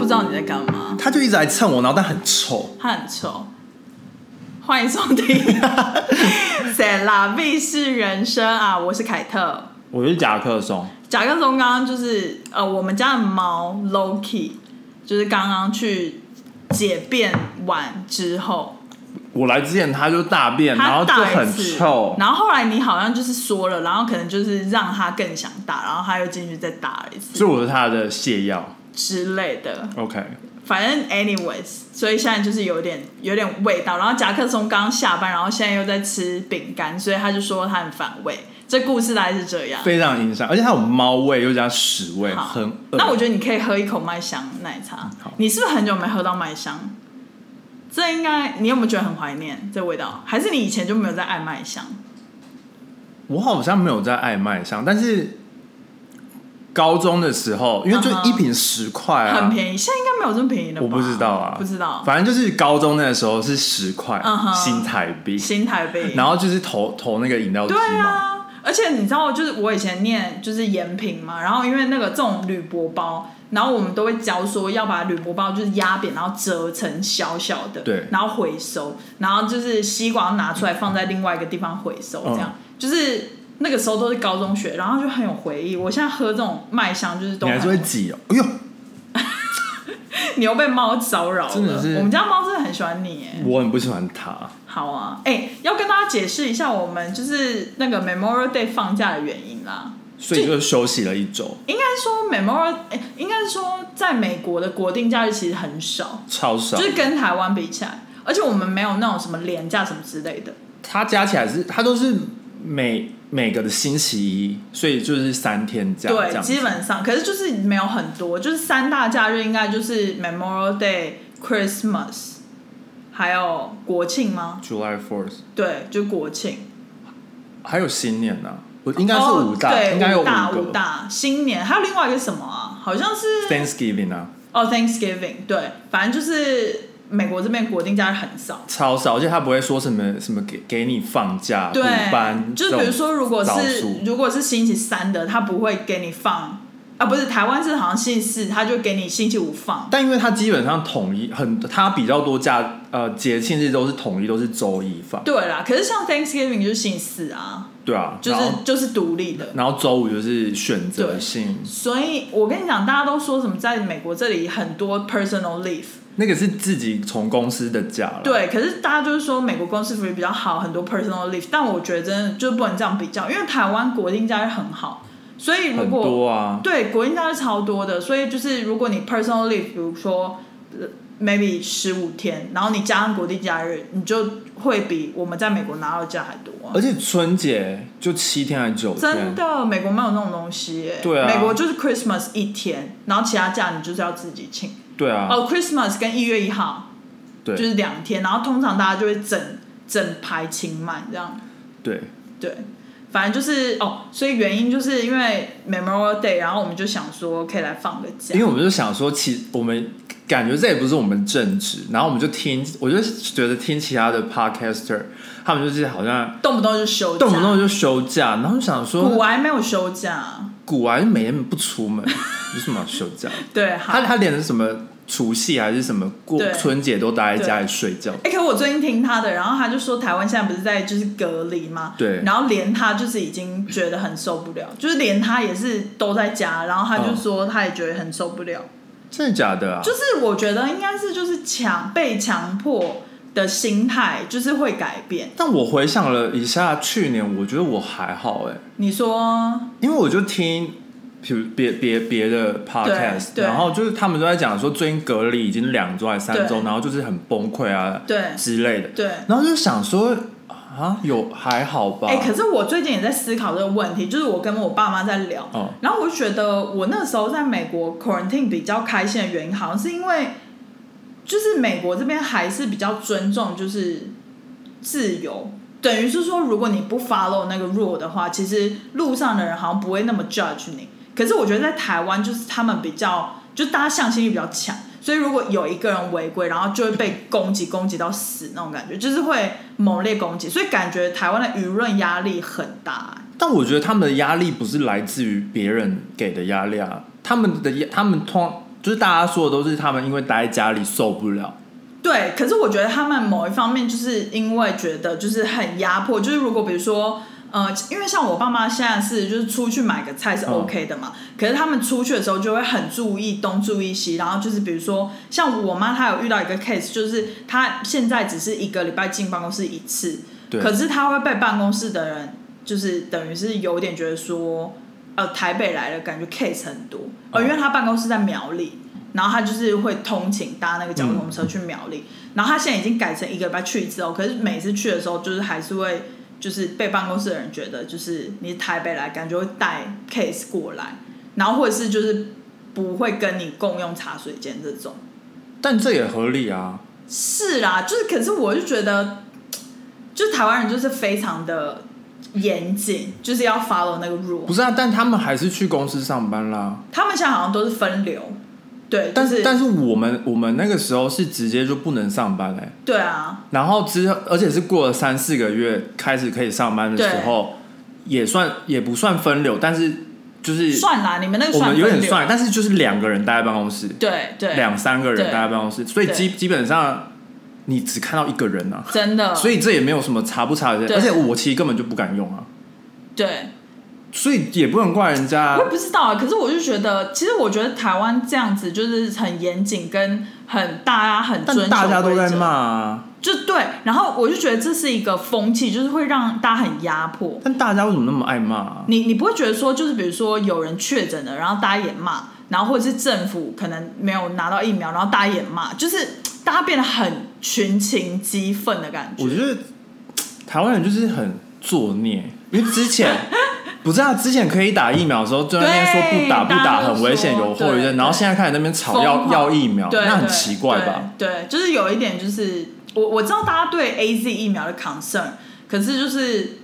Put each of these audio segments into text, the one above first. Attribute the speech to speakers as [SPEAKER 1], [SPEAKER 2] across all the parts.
[SPEAKER 1] 知道你在干嘛，
[SPEAKER 2] 他就一直来蹭我，然后但很臭。
[SPEAKER 1] 他很臭。欢迎收听《 塞拉必是人生》啊，我是凯特。
[SPEAKER 3] 我是甲克松，
[SPEAKER 1] 甲克松刚刚就是呃，我们家的猫 Loki，就是刚刚去解便完之后，
[SPEAKER 3] 我来之前他就大便，然
[SPEAKER 1] 它
[SPEAKER 3] 后就
[SPEAKER 1] 大一
[SPEAKER 3] 很
[SPEAKER 1] 次，
[SPEAKER 3] 臭，
[SPEAKER 1] 然后后来你好像就是说了，然后可能就是让它更想打，然后它又进去再打了一次
[SPEAKER 3] 所以我是他的泻药。
[SPEAKER 1] 之类的。
[SPEAKER 3] OK，
[SPEAKER 1] 反正 anyways，所以现在就是有点有点味道。然后夹克松刚下班，然后现在又在吃饼干，所以他就说他很反胃。这故事大概是这样。
[SPEAKER 3] 非常影响，而且它有猫味又加屎味，
[SPEAKER 1] 好
[SPEAKER 3] 很恶。
[SPEAKER 1] 那我觉得你可以喝一口麦香奶茶。你是不是很久没喝到麦香？这应该你有没有觉得很怀念这味道？还是你以前就没有在爱麦香？
[SPEAKER 3] 我好像没有在爱麦香，但是高中的时候，因为就
[SPEAKER 1] 嗯哼
[SPEAKER 3] 一瓶十块啊，
[SPEAKER 1] 很便宜，现在应该没有这么便宜了吧？
[SPEAKER 3] 我不知道啊，
[SPEAKER 1] 不知道。
[SPEAKER 3] 反正就是高中那个时候是十块、
[SPEAKER 1] 嗯哼
[SPEAKER 3] 新台币，
[SPEAKER 1] 新台北，
[SPEAKER 3] 然后就是投投那个饮料机
[SPEAKER 1] 对
[SPEAKER 3] 嘛，
[SPEAKER 1] 啊，而且你知道，就是我以前念就是延平嘛，然后因为那个这种铝箔包，然后我们都会教说要把铝箔包就是压扁，然后折成小小的，
[SPEAKER 3] 对
[SPEAKER 1] 然后回收，然后就是吸管要拿出来放在另外一个地方回收，
[SPEAKER 3] 嗯
[SPEAKER 1] 这样、就是那个时候都是高中学，然后就很有回忆。我现在喝这种麦香就是都
[SPEAKER 3] 你还是
[SPEAKER 1] 很
[SPEAKER 3] 会挤哦，哎呦，
[SPEAKER 1] 你又被猫骚扰了，
[SPEAKER 3] 真的是
[SPEAKER 1] 我们家猫真的很喜欢你耶。
[SPEAKER 3] 我很不喜欢它。
[SPEAKER 1] 好啊，哎、要跟大家解释一下我们就是那个 Memorial Day 放假的原因啦。
[SPEAKER 3] 所以就休息了一周，
[SPEAKER 1] 应该说 Memorial，、诶应该说在美国的国定假日其实很少，
[SPEAKER 3] 超少
[SPEAKER 1] 就。是跟台湾比起来，而且我们没有那种什么廉假什么之类的。
[SPEAKER 3] 它加起来是它都是每每个的星期一，所以就是三天假这
[SPEAKER 1] 对，
[SPEAKER 3] 样子。
[SPEAKER 1] 基本上，可是就是没有很多，就是三大假日应该就是 Memorial Day、Christmas，还有国庆吗？
[SPEAKER 3] July Fourth
[SPEAKER 1] 对，就国庆。
[SPEAKER 3] 还有新年呢、我应该是
[SPEAKER 1] 哦
[SPEAKER 3] 五大，
[SPEAKER 1] 对，
[SPEAKER 3] 应该有
[SPEAKER 1] 五大
[SPEAKER 3] 个
[SPEAKER 1] 五大新年，还有另外一个什么啊？好像是
[SPEAKER 3] Thanksgiving 啊，
[SPEAKER 1] 哦，Thanksgiving，对，反正就是美国这边国定假日很少。
[SPEAKER 3] 超少，而且他不会说什么什么给给你放假啊补
[SPEAKER 1] 对，
[SPEAKER 3] 班，
[SPEAKER 1] 就是比如说，如果
[SPEAKER 3] 早
[SPEAKER 1] 是
[SPEAKER 3] 数
[SPEAKER 1] 如果是星期三的，他不会给你放啊，不是台湾是好像星期四，他就给你星期五放。
[SPEAKER 3] 但因为它基本上统一很，它比较多假呃节庆日都是统一都是周一放，
[SPEAKER 1] 对啦，可是像 Thanksgiving 就是星期四啊，
[SPEAKER 3] 对啊，
[SPEAKER 1] 就是
[SPEAKER 3] 然后
[SPEAKER 1] 就是独立的。
[SPEAKER 3] 然后周五就是选择性，
[SPEAKER 1] 所以我跟你讲，大家都说什么在美国这里很多 personal leave，
[SPEAKER 3] 那个是自己从公司的假了，
[SPEAKER 1] 对，可是大家就是说美国公司福利比较好，很多 personal leave，但我觉得真的就不能这样比较，因为台湾国定假日很好，所以如
[SPEAKER 3] 很
[SPEAKER 1] 果
[SPEAKER 3] 多啊，
[SPEAKER 1] 对，国定假日超多的，所以就是如果你 personal leave，比如说呃 maybe 十五天，然后你加上国定假日，你就会比我们在美国拿到的假还多啊、
[SPEAKER 3] 而且春节就七天还是九天，
[SPEAKER 1] 真的，美国没有那种东西耶、
[SPEAKER 3] 对啊
[SPEAKER 1] 美国就是 Christmas 一天，然后其他假你就是要自己请。
[SPEAKER 3] 对啊，
[SPEAKER 1] 哦、c h r i s t m a s 跟一月一号
[SPEAKER 3] 对
[SPEAKER 1] 就是两天，然后通常大家就会整整排请满这样。
[SPEAKER 3] 对，
[SPEAKER 1] 对，反正就是哦，所以原因就是因为 Memorial Day，然后我们就想说可以来放个假
[SPEAKER 3] 因为。我们就想说，其我们感觉这也不是我们正职，然后我们就听，我就觉得听其他的 podcaster，他们就是好像
[SPEAKER 1] 动不动就休假，
[SPEAKER 3] 动不动就休假，然后就想
[SPEAKER 1] 古
[SPEAKER 3] 说，
[SPEAKER 1] 玩没有休假，
[SPEAKER 3] 古玩每天不出门， 有什么好休假？
[SPEAKER 1] 对，好
[SPEAKER 3] 他。他连什么除夕还是什么过
[SPEAKER 1] 对
[SPEAKER 3] 春节都待在家里睡觉，
[SPEAKER 1] 哎、可我最近听他的，然后他就说台湾现在不是在就是隔离吗？
[SPEAKER 3] 对
[SPEAKER 1] 然后连他就是已经觉得很受不了，就是连他也是都在家，然后他就说他也觉得很受不了，
[SPEAKER 3] 真的假的啊？
[SPEAKER 1] 就是我觉得应该是就是强被强迫的心态就是会改变。
[SPEAKER 3] 但我回想了一下去年，我觉得我还好哎、
[SPEAKER 1] 你说
[SPEAKER 3] 因为我就听，比如别别别的 podcast，
[SPEAKER 1] 对
[SPEAKER 3] 然后就是他们都在讲说最近隔离已经两周还是三周，
[SPEAKER 1] 对
[SPEAKER 3] 然后就是很崩溃啊
[SPEAKER 1] 对
[SPEAKER 3] 之类的，
[SPEAKER 1] 对？
[SPEAKER 3] 然后就想说啊，有还好吧？
[SPEAKER 1] 哎、可是我最近也在思考这个问题，就是我跟我爸妈在聊，
[SPEAKER 3] 哦
[SPEAKER 1] 然后我就觉得我那时候在美国 quarantine 比较开心的原因，好像是因为就是美国这边还是比较尊重就是自由，等于是说如果你不 follow 那个 rule 的话，其实路上的人好像不会那么 judge 你。可是我觉得在台湾就是他们比较就大家向心力比较强。所以如果有一个人违规，然后就会被攻击，攻击到死那种感觉，就是会猛烈攻击，所以感觉台湾的舆论压力很大、
[SPEAKER 3] 但我觉得他们的压力不是来自于别人给的压力啊，他们的压他们通就是大家说的都是他们因为待在家里受不了，
[SPEAKER 1] 对，可是我觉得他们某一方面就是因为觉得就是很压迫，就是如果比如说。呃，因为像我爸妈现在是就是出去买个菜是
[SPEAKER 3] 嗯
[SPEAKER 1] OK 的嘛，可是他们出去的时候就会很注意东注意西，然后就是比如说像我妈她有遇到一个 case，就是她现在只是一个礼拜进办公室一次，
[SPEAKER 3] 对，
[SPEAKER 1] 可是她会被办公室的人就是等于是有点觉得说，呃，台北来了感觉 case 很多，呃，
[SPEAKER 3] 嗯
[SPEAKER 1] 因为她办公室在苗栗，然后她就是会通勤搭那个交通车去苗栗，然后她现在已经改成一个礼拜去一次哦，可是每次去的时候就是还是会。就是嗯被办公室的人觉得，就是你台北来，感觉会带 case 过来，然后或者是就是不会跟你共用茶水间这种。
[SPEAKER 3] 但这也合理啊，
[SPEAKER 1] 是啦，就是可是我就觉得，就是台湾人就是非常的严谨，就是要 follow 那个
[SPEAKER 3] 不
[SPEAKER 1] rule。
[SPEAKER 3] 是啊？但他们还是去公司上班啦。
[SPEAKER 1] 他们现在好像都是分流，对，
[SPEAKER 3] 但
[SPEAKER 1] 就是
[SPEAKER 3] 但是我们我们那个时候是直接就不能上班哎、
[SPEAKER 1] 对啊，
[SPEAKER 3] 然后之后而且是过了三四个月开始可以上班的时候，也算也不算分流，但是就是
[SPEAKER 1] 算啦，你们那个
[SPEAKER 3] 我
[SPEAKER 1] 算
[SPEAKER 3] 们有
[SPEAKER 1] 分
[SPEAKER 3] 点
[SPEAKER 1] 流，
[SPEAKER 3] 算，但是就是两个人待在办公室，
[SPEAKER 1] 对对，
[SPEAKER 3] 两三个人
[SPEAKER 1] 对
[SPEAKER 3] 待在办公室，所以基
[SPEAKER 1] 对
[SPEAKER 3] 基本上你只看到一个人啊，
[SPEAKER 1] 真的，
[SPEAKER 3] 所
[SPEAKER 1] 以
[SPEAKER 3] 以这也没有什么查不查的，
[SPEAKER 1] 嗯对
[SPEAKER 3] 而且我其实根本就不敢用啊，
[SPEAKER 1] 对，
[SPEAKER 3] 所以也不能怪人家啊
[SPEAKER 1] 我也。不知道啊，可是我就觉得，其实我觉得台湾这样子就是很严谨，跟很大家很遵
[SPEAKER 3] 但
[SPEAKER 1] 守
[SPEAKER 3] 大家都在
[SPEAKER 1] 规则
[SPEAKER 3] 骂，啊，
[SPEAKER 1] 就对，然后我就觉得这是一个风气，就是会让大家很压迫。
[SPEAKER 3] 但大家为什么那么爱骂、啊？
[SPEAKER 1] 你你不会觉得说，就是比如说有人确诊了，然后大家也骂，然后或者是政府可能没有拿到疫苗，然后大家也骂，就是大家变得很群情激愤的感觉。
[SPEAKER 3] 我觉得台湾人就是很作孽，因为之 前不知道、之前可以打疫苗的时候，就在那边说
[SPEAKER 1] 对
[SPEAKER 3] 不打不
[SPEAKER 1] 大
[SPEAKER 3] 打
[SPEAKER 1] 家都
[SPEAKER 3] 很危险，
[SPEAKER 1] 说
[SPEAKER 3] 有后遗
[SPEAKER 1] 对
[SPEAKER 3] 症，然后现在开始那边吵
[SPEAKER 1] 疯
[SPEAKER 3] 要
[SPEAKER 1] 狂
[SPEAKER 3] 要疫苗，
[SPEAKER 1] 对，
[SPEAKER 3] 那很
[SPEAKER 1] 对
[SPEAKER 3] 奇怪吧？？
[SPEAKER 1] 对，对就是有一点，就是我我知道大家对 A Z 疫苗的 concern，可是就是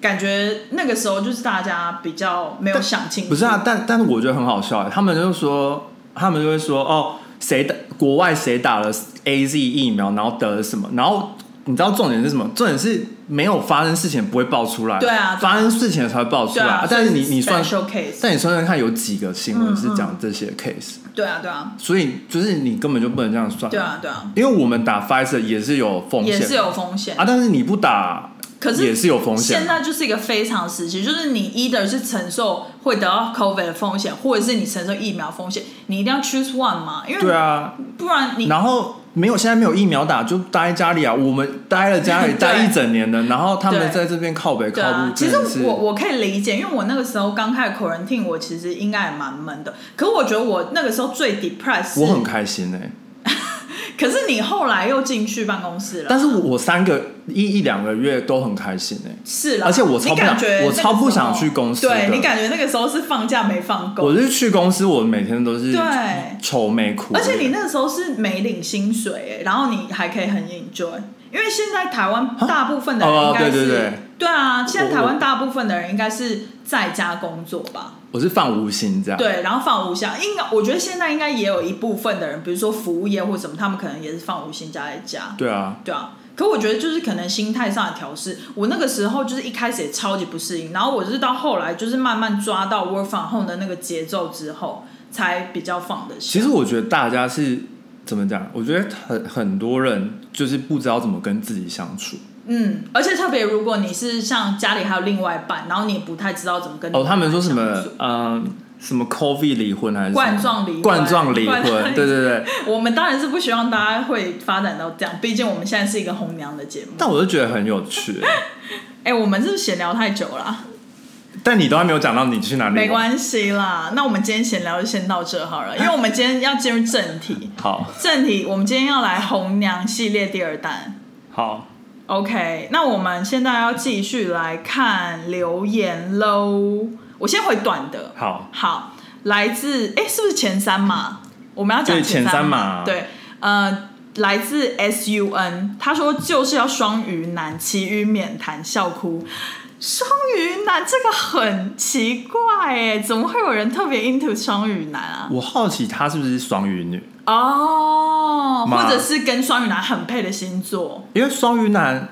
[SPEAKER 1] 感觉那个时候就是大家比较没有想清楚，
[SPEAKER 3] 不是啊，但但是我觉得很好笑哎，他们就说，他们就会说，哦，谁打国外谁打了 A Z 疫苗，然后得了什么，然后你知道重点是什么？重点是没有发生事情不会爆出来，
[SPEAKER 1] 对啊对啊
[SPEAKER 3] 发生事情了才会爆出
[SPEAKER 1] 对
[SPEAKER 3] 来。
[SPEAKER 1] 啊，
[SPEAKER 3] 但是
[SPEAKER 1] 所
[SPEAKER 3] 你
[SPEAKER 1] 以
[SPEAKER 3] 你算，
[SPEAKER 1] special case，
[SPEAKER 3] 但你算算看有几个新闻
[SPEAKER 1] 嗯
[SPEAKER 3] 是讲这些 case，、
[SPEAKER 1] 对啊对啊
[SPEAKER 3] 所以就是你根本就不能这样算，
[SPEAKER 1] 对啊对啊，
[SPEAKER 3] 因为我们打 Pfizer 也是有风
[SPEAKER 1] 也
[SPEAKER 3] 险
[SPEAKER 1] 是有风险
[SPEAKER 3] 啊，但是你不打
[SPEAKER 1] 可是
[SPEAKER 3] 也是有风险
[SPEAKER 1] 现，在就是一个非常时期，就是你 either 是承受会得到 COVID 的风险，或者是你承受疫苗风险，你一定要 choose one 嘛，因为
[SPEAKER 3] 对啊，
[SPEAKER 1] 不然你
[SPEAKER 3] 然后没有，现在没有疫苗打，就待在家里啊。我们待了家里
[SPEAKER 1] 对
[SPEAKER 3] 待一整年的，然后他们
[SPEAKER 1] 对
[SPEAKER 3] 在这边靠北
[SPEAKER 1] 对
[SPEAKER 3] 靠
[SPEAKER 1] 啊
[SPEAKER 3] 步，，
[SPEAKER 1] 其
[SPEAKER 3] 真
[SPEAKER 1] 实
[SPEAKER 3] 的是
[SPEAKER 1] 我我可以理解，因为我那个时候刚开始 quarantine，我其实应该也蛮闷的。可我觉得我那个时候最 depressed，
[SPEAKER 3] 我
[SPEAKER 1] 是
[SPEAKER 3] 很开心哎、
[SPEAKER 1] 可是你后来又进去办公室了，
[SPEAKER 3] 但是我三个一一两个月都很开心哎、
[SPEAKER 1] 是啦，
[SPEAKER 3] 而且我
[SPEAKER 1] 啊你
[SPEAKER 3] 超不想
[SPEAKER 1] 感觉
[SPEAKER 3] 我超不想
[SPEAKER 1] 那个时候
[SPEAKER 3] 去公司的
[SPEAKER 1] 对你感觉那个时候是放假没放够
[SPEAKER 3] 我，就是去公司，我每天都是
[SPEAKER 1] 对
[SPEAKER 3] 愁眉苦脸，
[SPEAKER 1] 而且你那个时候是没领薪水、欸，然后你还可以很 enjoy，因为现在台湾大部分的人
[SPEAKER 3] 哦
[SPEAKER 1] 应该是、
[SPEAKER 3] 对对对
[SPEAKER 1] 啊，现在台
[SPEAKER 3] 我
[SPEAKER 1] 湾大部分的人应该是在家工作吧？
[SPEAKER 3] 我是放无心这样。
[SPEAKER 1] 对，然后放无薪，应该我觉得现在应该也有一部分的人，比如说服务业或什么，他们可能也是放无薪假在家，
[SPEAKER 3] 对啊，
[SPEAKER 1] 对啊。可我觉得就是可能心态上的调试，我那个时候就是一开始也超级不适应，然后我是到后来就是慢慢抓到 work from home 的那个节奏之后，才比较放得下
[SPEAKER 3] 其。实我觉得大家是怎么讲？我觉得很很多人就是不知道怎么跟自己相处。
[SPEAKER 1] 嗯，而且特别如果你是像家里还有另外一半，然后你也不太知道怎么跟
[SPEAKER 3] 哦，他们说什么
[SPEAKER 1] 相处
[SPEAKER 3] 嗯、呃什么 COVID 离婚还是什么
[SPEAKER 1] 冠状离婚
[SPEAKER 3] 冠状离婚
[SPEAKER 1] 冠状离，婚
[SPEAKER 3] 对对对。
[SPEAKER 1] 我们当然是不希望大家会发展到这样，毕竟我们现在是一个红娘的节目。
[SPEAKER 3] 但我就觉得很 有趣，
[SPEAKER 1] 哎、我们是不是闲聊太久了，啊
[SPEAKER 3] 但你都还没有讲到你去哪里玩，
[SPEAKER 1] 没关系啦。那我们今天闲聊就先到这好了，因为我们今天要进入正题。
[SPEAKER 3] 好
[SPEAKER 1] 正题，我们今天要来红娘系列第二弹。
[SPEAKER 3] 好，
[SPEAKER 1] OK，那我们现在要继续来看留言喽。我先回短的。
[SPEAKER 3] 好，
[SPEAKER 1] 好，来自哎，是不是前三嘛？我们要讲
[SPEAKER 3] 对前
[SPEAKER 1] 三
[SPEAKER 3] 三
[SPEAKER 1] 嘛？
[SPEAKER 3] 嘛
[SPEAKER 1] 对，呃，来自 S U N，他说就是要双鱼男，其余免谈笑哭。双鱼男这个很奇怪哎，怎么会有人特别 into 双鱼男啊？
[SPEAKER 3] 我好奇她是不是双鱼女，
[SPEAKER 1] 哦，
[SPEAKER 3] 妈
[SPEAKER 1] 或者是跟双鱼男很配的星座？
[SPEAKER 3] 因为双鱼男，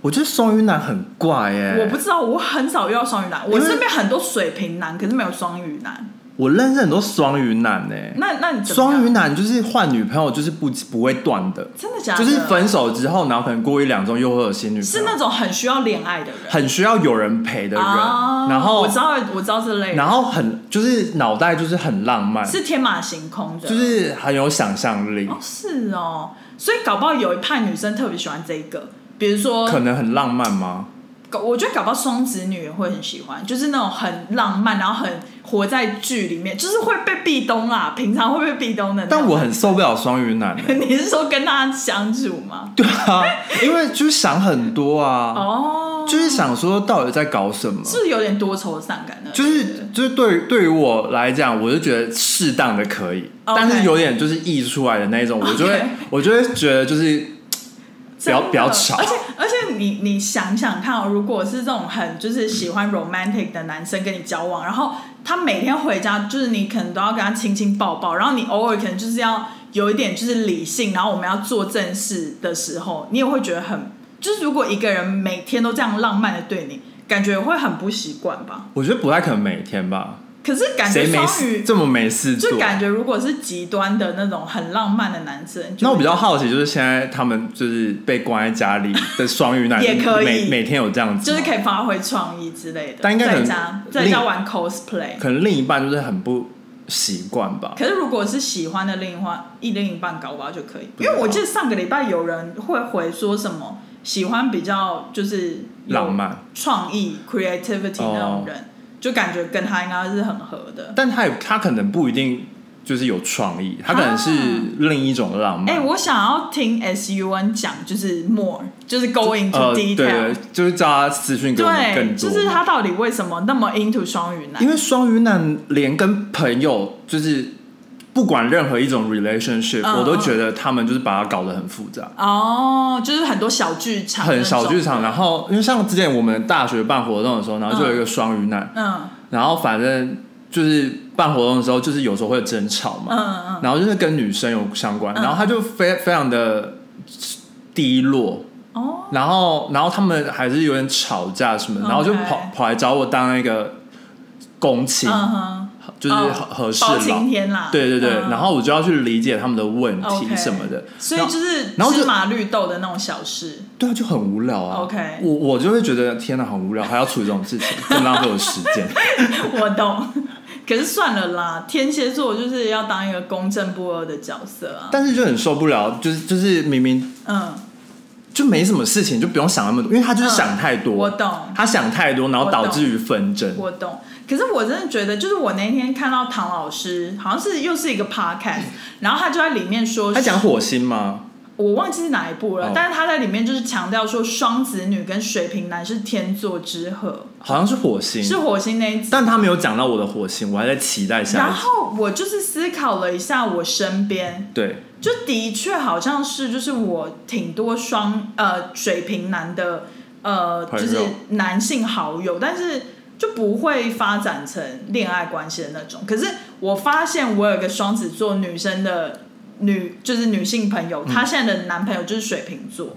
[SPEAKER 3] 我觉得双鱼男很怪哎、
[SPEAKER 1] 我不知道，我很少遇到双鱼男，我
[SPEAKER 3] 因为
[SPEAKER 1] 身边很多水瓶男，可是没有双鱼男。
[SPEAKER 3] 我认识很多双鱼男呢、
[SPEAKER 1] 那那你怎么样
[SPEAKER 3] 双鱼男就是换女朋友就是不不会断的，
[SPEAKER 1] 真的假的？
[SPEAKER 3] 就是分手之后，然后可能过一两周又会有新女朋友，
[SPEAKER 1] 是那种很需要恋爱的人，
[SPEAKER 3] 很需要有人陪的人，
[SPEAKER 1] 啊
[SPEAKER 3] 然后
[SPEAKER 1] 我知道我知道这类人
[SPEAKER 3] 然后很就是脑袋就是很浪漫，
[SPEAKER 1] 是天马行空的，
[SPEAKER 3] 就是很有想象力，
[SPEAKER 1] 哦是哦，所以搞不好有一派女生特别喜欢这一个，比如说
[SPEAKER 3] 可能很浪漫吗？
[SPEAKER 1] 搞我觉得搞不好双子女也会很喜欢，就是那种很浪漫，然后很活在剧里面，就是会被壁咚啦，平常会被壁咚的那种。
[SPEAKER 3] 但我很受不了双鱼 男、欸，
[SPEAKER 1] 你是说跟他相处吗？
[SPEAKER 3] 对啊，因为就是想很多啊，
[SPEAKER 1] 哦，
[SPEAKER 3] 就是想说到底在搞什么。
[SPEAKER 1] 是不是有点多愁善感呢？
[SPEAKER 3] 就是就是对于对于我来讲，我就觉得适当的可以
[SPEAKER 1] OK
[SPEAKER 3] 但是有点就是溢出来的那一种，我就会
[SPEAKER 1] OK
[SPEAKER 3] 我就会觉得就是
[SPEAKER 1] 真的
[SPEAKER 3] 不要不要吵
[SPEAKER 1] 而且而且你你想想看、哦，如果是这种很就是喜欢 romantic 的男生跟你交往，然后他每天回家就是你可能都要跟他亲亲抱抱，然后你偶尔可能就是要有一点就是理性，然后我们要做正事的时候，你也会觉得很就是如果一个人每天都这样浪漫的对你，感觉会很不习惯吧？
[SPEAKER 3] 我觉得不太可能每天吧，
[SPEAKER 1] 可是感觉
[SPEAKER 3] 谁没
[SPEAKER 1] 双
[SPEAKER 3] 事
[SPEAKER 1] 鱼
[SPEAKER 3] 这么没事做
[SPEAKER 1] 就？感觉如果是极端的那种很浪漫的男生，就
[SPEAKER 3] 那我比较好奇，就是现在他们就是被关在家里的双鱼 男，
[SPEAKER 1] 也可以
[SPEAKER 3] 每每天有这样子
[SPEAKER 1] 就
[SPEAKER 3] 吗，
[SPEAKER 1] 是可以发挥创意之类的，
[SPEAKER 3] 但应该可
[SPEAKER 1] 在
[SPEAKER 3] 能
[SPEAKER 1] 家在家玩 cosplay。
[SPEAKER 3] 可能另一半就是很不习惯吧。
[SPEAKER 1] 可是如果是喜欢的另一半，一另一半搞不好就可以，
[SPEAKER 3] 不
[SPEAKER 1] 因
[SPEAKER 3] 知道
[SPEAKER 1] 为我记得上个礼拜有人会回说什么喜欢比较就是有
[SPEAKER 3] 浪漫、
[SPEAKER 1] 创意 creativity
[SPEAKER 3] 哦
[SPEAKER 1] 那种人，就感觉跟他应该是很合的。
[SPEAKER 3] 但他也他可能不一定就是有创意，他可能是
[SPEAKER 1] 啊
[SPEAKER 3] 另一种浪漫。
[SPEAKER 1] 哎、我想要听 S U N 讲，就是 more，就是 go into
[SPEAKER 3] 呃，对
[SPEAKER 1] detail，、
[SPEAKER 3] 对，就是叫他私讯给我们更
[SPEAKER 1] 对，
[SPEAKER 3] 多，
[SPEAKER 1] 就是他到底为什么那么 into 双鱼男？
[SPEAKER 3] 因为双鱼男连跟朋友就是不管任何一种 relationship，、
[SPEAKER 1] 嗯
[SPEAKER 3] 我都觉得他们就是把它搞得很复杂，
[SPEAKER 1] 哦就是很多小剧场那种，
[SPEAKER 3] 很小剧场。然后因为像之前我们大学办活动的时候，然后就有一个双鱼男，
[SPEAKER 1] 嗯
[SPEAKER 3] 然后反正就是办活动的时候，就是有时候会有争吵嘛，
[SPEAKER 1] 嗯嗯嗯。
[SPEAKER 3] 然后就是跟女生有相关，
[SPEAKER 1] 嗯
[SPEAKER 3] 然后他就非非常的低落。
[SPEAKER 1] 哦，
[SPEAKER 3] 然后，然后他们还是有点吵架什么的，然后就
[SPEAKER 1] OK
[SPEAKER 3] 跑跑来找我当那个公亲，
[SPEAKER 1] 嗯哼，
[SPEAKER 3] 就是
[SPEAKER 1] 哦
[SPEAKER 3] 和和事
[SPEAKER 1] 包
[SPEAKER 3] 佬
[SPEAKER 1] 青，天啦，
[SPEAKER 3] 对对对，
[SPEAKER 1] 嗯
[SPEAKER 3] 然后我就要去理解他们的问题
[SPEAKER 1] OK
[SPEAKER 3] 什么的，
[SPEAKER 1] 所以
[SPEAKER 3] 然后
[SPEAKER 1] 就是
[SPEAKER 3] 然后就
[SPEAKER 1] 芝麻绿豆的那种小事，
[SPEAKER 3] 对啊，就很无聊啊。
[SPEAKER 1] OK
[SPEAKER 3] 我我就会觉得天哪，很无聊，还要处理这种事情，真浪费我时间。
[SPEAKER 1] 我懂。可是算了啦，天蝎座就是要当一个公正不阿的角色啊。
[SPEAKER 3] 但是就很受不了，就是就是明明
[SPEAKER 1] 嗯，
[SPEAKER 3] 就没什么事情，就不用想那么多，因为他就是想太多，
[SPEAKER 1] 嗯我懂，
[SPEAKER 3] 他想太多，然后导致于纷争。
[SPEAKER 1] 我懂。可是我真的觉得，就是我那天看到唐老师，好像是又是一个 podcast，然后他就在里面说，
[SPEAKER 3] 他讲火星吗？
[SPEAKER 1] 我忘记是哪一部了，
[SPEAKER 3] 哦
[SPEAKER 1] 但是他在里面就是强调说，双子女跟水瓶男是天作之合，
[SPEAKER 3] 好像是火星，
[SPEAKER 1] 是火星那一集。
[SPEAKER 3] 但他没有讲到我的火星，我还在期待下
[SPEAKER 1] 然
[SPEAKER 3] 一集。
[SPEAKER 1] 后我就是思考了一下，我身边
[SPEAKER 3] 对，
[SPEAKER 1] 就的确好像是，就是我挺多双呃水瓶男的呃，
[SPEAKER 3] 朋
[SPEAKER 1] 就
[SPEAKER 3] 友
[SPEAKER 1] 是男性好友，但是就不会发展成恋爱关系的那种。可是我发现我有一个双子座女生的女，就是女性朋友，
[SPEAKER 3] 嗯
[SPEAKER 1] 她现在的男朋友就是水瓶座，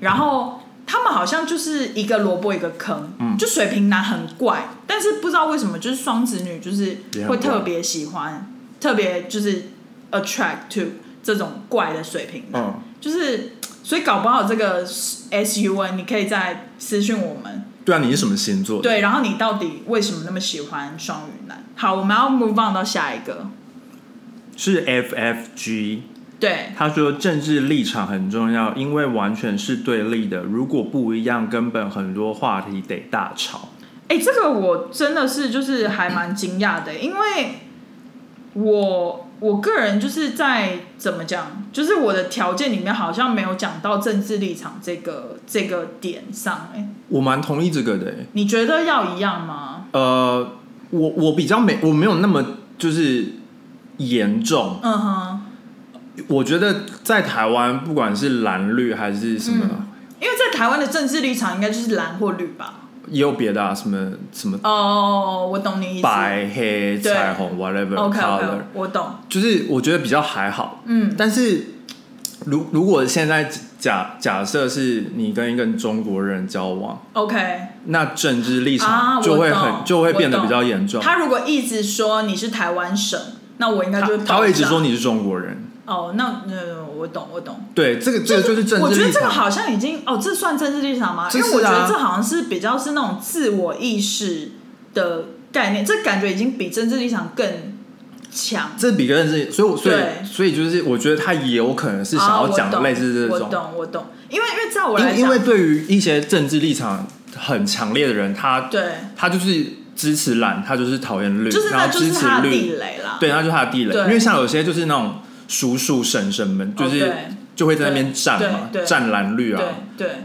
[SPEAKER 1] 然后。他们好像就是一个萝卜一个坑，
[SPEAKER 3] 嗯
[SPEAKER 1] 就水瓶男很怪，但是不知道为什么就是双子女就是
[SPEAKER 3] 也很
[SPEAKER 1] 会
[SPEAKER 3] 怪
[SPEAKER 1] 特别喜欢，特别就是 attract to 这种怪的水平的，
[SPEAKER 3] 嗯，
[SPEAKER 1] 就是所以搞不好这个 S U N 你可以再私讯我们，
[SPEAKER 3] 对啊，你是什么星座？，
[SPEAKER 1] 对，然后你到底为什么那么喜欢双鱼男？好，我们要 move on 到下一个，
[SPEAKER 3] 是 FFG。
[SPEAKER 1] 对，
[SPEAKER 3] 他说政治立场很重要，因为完全是对立的，如果不一样，根本很多话题得大吵。
[SPEAKER 1] 哎、这个我真的是就是还蛮惊讶的，因为我我个人就是在怎么讲，就是我的条件里面好像没有讲到政治立场这个这个点上、哎，
[SPEAKER 3] 我蛮同意这个的欸、
[SPEAKER 1] 你觉得要一样吗？
[SPEAKER 3] 呃，我我比较没我没有那么就是严重，
[SPEAKER 1] 嗯哼，
[SPEAKER 3] 我觉得在台湾不管是蓝绿还是什么，
[SPEAKER 1] 因为在台湾的政治立场应该就是蓝或绿吧。
[SPEAKER 3] 也有别的、啊、什么什么
[SPEAKER 1] 哦，我懂你意思。
[SPEAKER 3] 白黑
[SPEAKER 1] 对
[SPEAKER 3] 彩虹 whatever
[SPEAKER 1] OK
[SPEAKER 3] color，
[SPEAKER 1] OK，我懂。
[SPEAKER 3] 就是我觉得比较还好，
[SPEAKER 1] 嗯
[SPEAKER 3] 但是如如果现在假假设是你跟一个中国人交往，
[SPEAKER 1] OK，
[SPEAKER 3] 那政治立
[SPEAKER 1] 啊，
[SPEAKER 3] 场就会
[SPEAKER 1] 我
[SPEAKER 3] 很、
[SPEAKER 1] 懂
[SPEAKER 3] 就会变得
[SPEAKER 1] 我懂
[SPEAKER 3] 比较严重。
[SPEAKER 1] 他如果一直说你是台湾省，那我应该
[SPEAKER 3] 他
[SPEAKER 1] 就会
[SPEAKER 3] 他会一直
[SPEAKER 1] 爆炸
[SPEAKER 3] 说你是中国人，
[SPEAKER 1] 哦，那那我懂我懂，
[SPEAKER 3] 对，这个这个就是政
[SPEAKER 1] 我觉
[SPEAKER 3] 治
[SPEAKER 1] 得
[SPEAKER 3] 立
[SPEAKER 1] 这个
[SPEAKER 3] 场。
[SPEAKER 1] 好像已经哦，这算政治立场吗？
[SPEAKER 3] 这
[SPEAKER 1] 因
[SPEAKER 3] 是啊
[SPEAKER 1] 为我觉得这好像是比较是那种自我意识的概念，这感觉已经比政治立场更强。
[SPEAKER 3] 这比个认识，所以我所
[SPEAKER 1] 对
[SPEAKER 3] 以所以就是，我觉得他也有可能是想
[SPEAKER 1] 啊
[SPEAKER 3] 要
[SPEAKER 1] 我
[SPEAKER 3] 讲
[SPEAKER 1] 懂
[SPEAKER 3] 类似这
[SPEAKER 1] 我
[SPEAKER 3] 种，
[SPEAKER 1] 懂我懂，因为因为在我来
[SPEAKER 3] 因
[SPEAKER 1] 讲，
[SPEAKER 3] 因为对于一些政治立场很强烈的人，他
[SPEAKER 1] 对，
[SPEAKER 3] 他就是支持蓝，他就是讨厌绿，
[SPEAKER 1] 就是
[SPEAKER 3] 然
[SPEAKER 1] 那
[SPEAKER 3] 后
[SPEAKER 1] 就
[SPEAKER 3] 支
[SPEAKER 1] 是
[SPEAKER 3] 持
[SPEAKER 1] 他的地
[SPEAKER 3] 绿，
[SPEAKER 1] 雷啦。
[SPEAKER 3] 对，他就是他的地雷。
[SPEAKER 1] 对
[SPEAKER 3] 因为像有些就是那种叔叔婶婶们，就
[SPEAKER 1] 哦
[SPEAKER 3] 是
[SPEAKER 1] 对
[SPEAKER 3] 就会在那边站嘛
[SPEAKER 1] 对，对
[SPEAKER 3] 站蓝绿啊
[SPEAKER 1] 对，对，